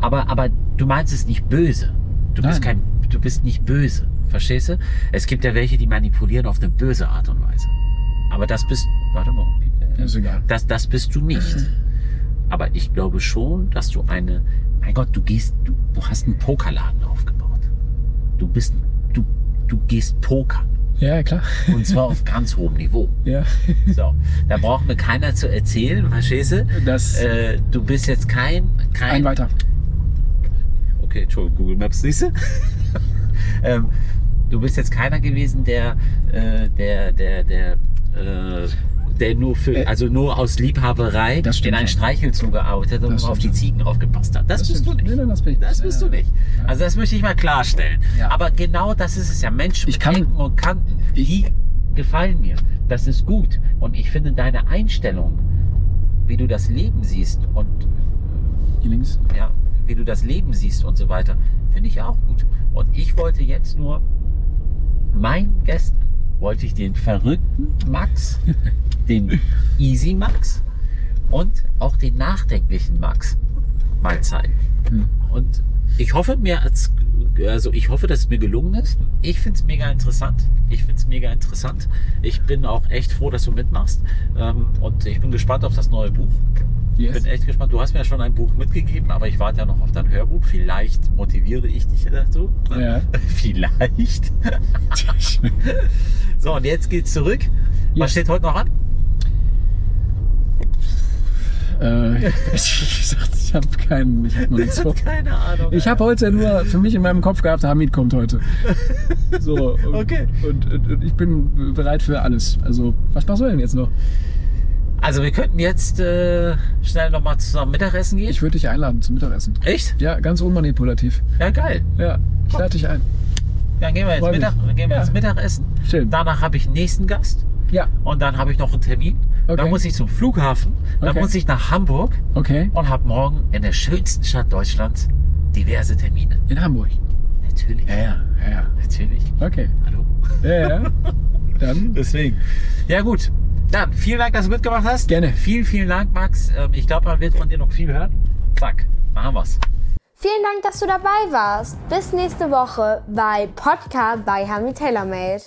D: aber, aber du meinst es nicht böse. Du bist
C: Nein.
D: kein, du bist nicht böse. Verstehst du? Es gibt ja welche, die manipulieren auf eine böse Art und Weise. Aber das bist, warte mal,
C: Ist egal.
D: das, das bist du nicht. Aber ich glaube schon, dass du eine, mein Gott, du gehst, du, du hast einen Pokerladen aufgebaut. Du bist, du, du gehst pokern.
C: Ja, klar.
D: Und zwar auf ganz hohem Niveau.
C: Ja.
D: So, da braucht mir keiner zu erzählen, verstehst du?
C: Das
D: Äh, du bist jetzt kein,
C: ein
D: kein,
C: weiter.
D: okay, Entschuldigung, Google Maps, siehst du? ähm, du bist jetzt keiner gewesen, der, äh, der, der, der, äh, der nur
C: Äh,
D: für, also nur aus Liebhaberei
C: das stimmt
D: in einen
C: schon.
D: Streichelzoo gearbeitet hat und
C: Das
D: auf die
C: stimmt
D: Ziegen aufgepasst hat. Das, bist du
C: stimmt.
D: nicht.
C: Nein, nein, das bin ich. Äh,
D: Das bist du
C: Ja.
D: nicht. Also das möchte ich mal klarstellen.
C: Ja.
D: Aber genau das ist es ja. Menschen
C: Ich kann-
D: mit Ecken und Kanten, die gefallen mir. Das ist gut. Und ich finde deine Einstellung, wie du das Leben siehst und
C: Hier links.
D: ja, wie du das Leben siehst und so weiter, finde ich auch gut. Und ich wollte jetzt nur meinen Gästen, wollte ich den verrückten Max, den Easy Max und auch den nachdenklichen Max mal zeigen.
C: Hm.
D: Und ich hoffe mir, als, also ich hoffe, dass es mir gelungen ist. Ich finde es mega interessant. Ich finde es mega interessant. Ich bin auch echt froh, dass du mitmachst. Ähm, Und ich bin gespannt auf das neue Buch. Ich
C: Yes.
D: bin echt gespannt. Du hast mir ja schon ein Buch mitgegeben, aber ich warte ja noch auf dein Hörbuch. Vielleicht motiviere ich dich dazu.
C: Ja.
D: Vielleicht. so, und jetzt geht's zurück.
C: Ja.
D: Was steht heute noch an?
C: Äh, ich sagte, ich habe keinen, ich habe noch nichts vor.
D: Keine Ahnung.
C: Ich habe heute nur für mich in meinem Kopf gehabt, Hamid kommt heute. So, und,
D: Okay.
C: und, und, und ich bin bereit für alles. Also, was machst du denn jetzt noch?
D: Also wir könnten jetzt äh, schnell nochmal zusammen Mittagessen gehen.
C: Ich würde dich einladen zum Mittagessen.
D: echt?
C: Ja, ganz unmanipulativ.
D: Ja, geil.
C: Ja, ich lade dich ein.
D: Dann gehen wir jetzt
C: Freu mich.
D: Mittag, dann gehen wir
C: Ja.
D: jetzt Mittagessen.
C: Schön.
D: Danach habe ich einen nächsten Gast.
C: Ja,
D: Und dann habe ich noch einen Termin.
C: Okay.
D: Dann muss ich zum Flughafen. Dann
C: Okay.
D: muss ich nach Hamburg.
C: okay.
D: und habe morgen in der schönsten Stadt Deutschlands diverse Termine.
C: In Hamburg.
D: Natürlich.
C: Ja, ja, ja, ja.
D: Natürlich.
C: Okay.
D: Hallo.
C: Ja, ja. Dann.
D: Deswegen. Ja, gut. Dann, vielen Dank, dass du mitgemacht hast.
C: Gerne.
D: Vielen, vielen Dank, Max. Ähm, Ich glaube, man wird von dir noch viel hören. Zack, machen wir's.
E: Vielen Dank, dass du dabei warst. Bis nächste Woche bei Podcast bei Hami TaylorMade.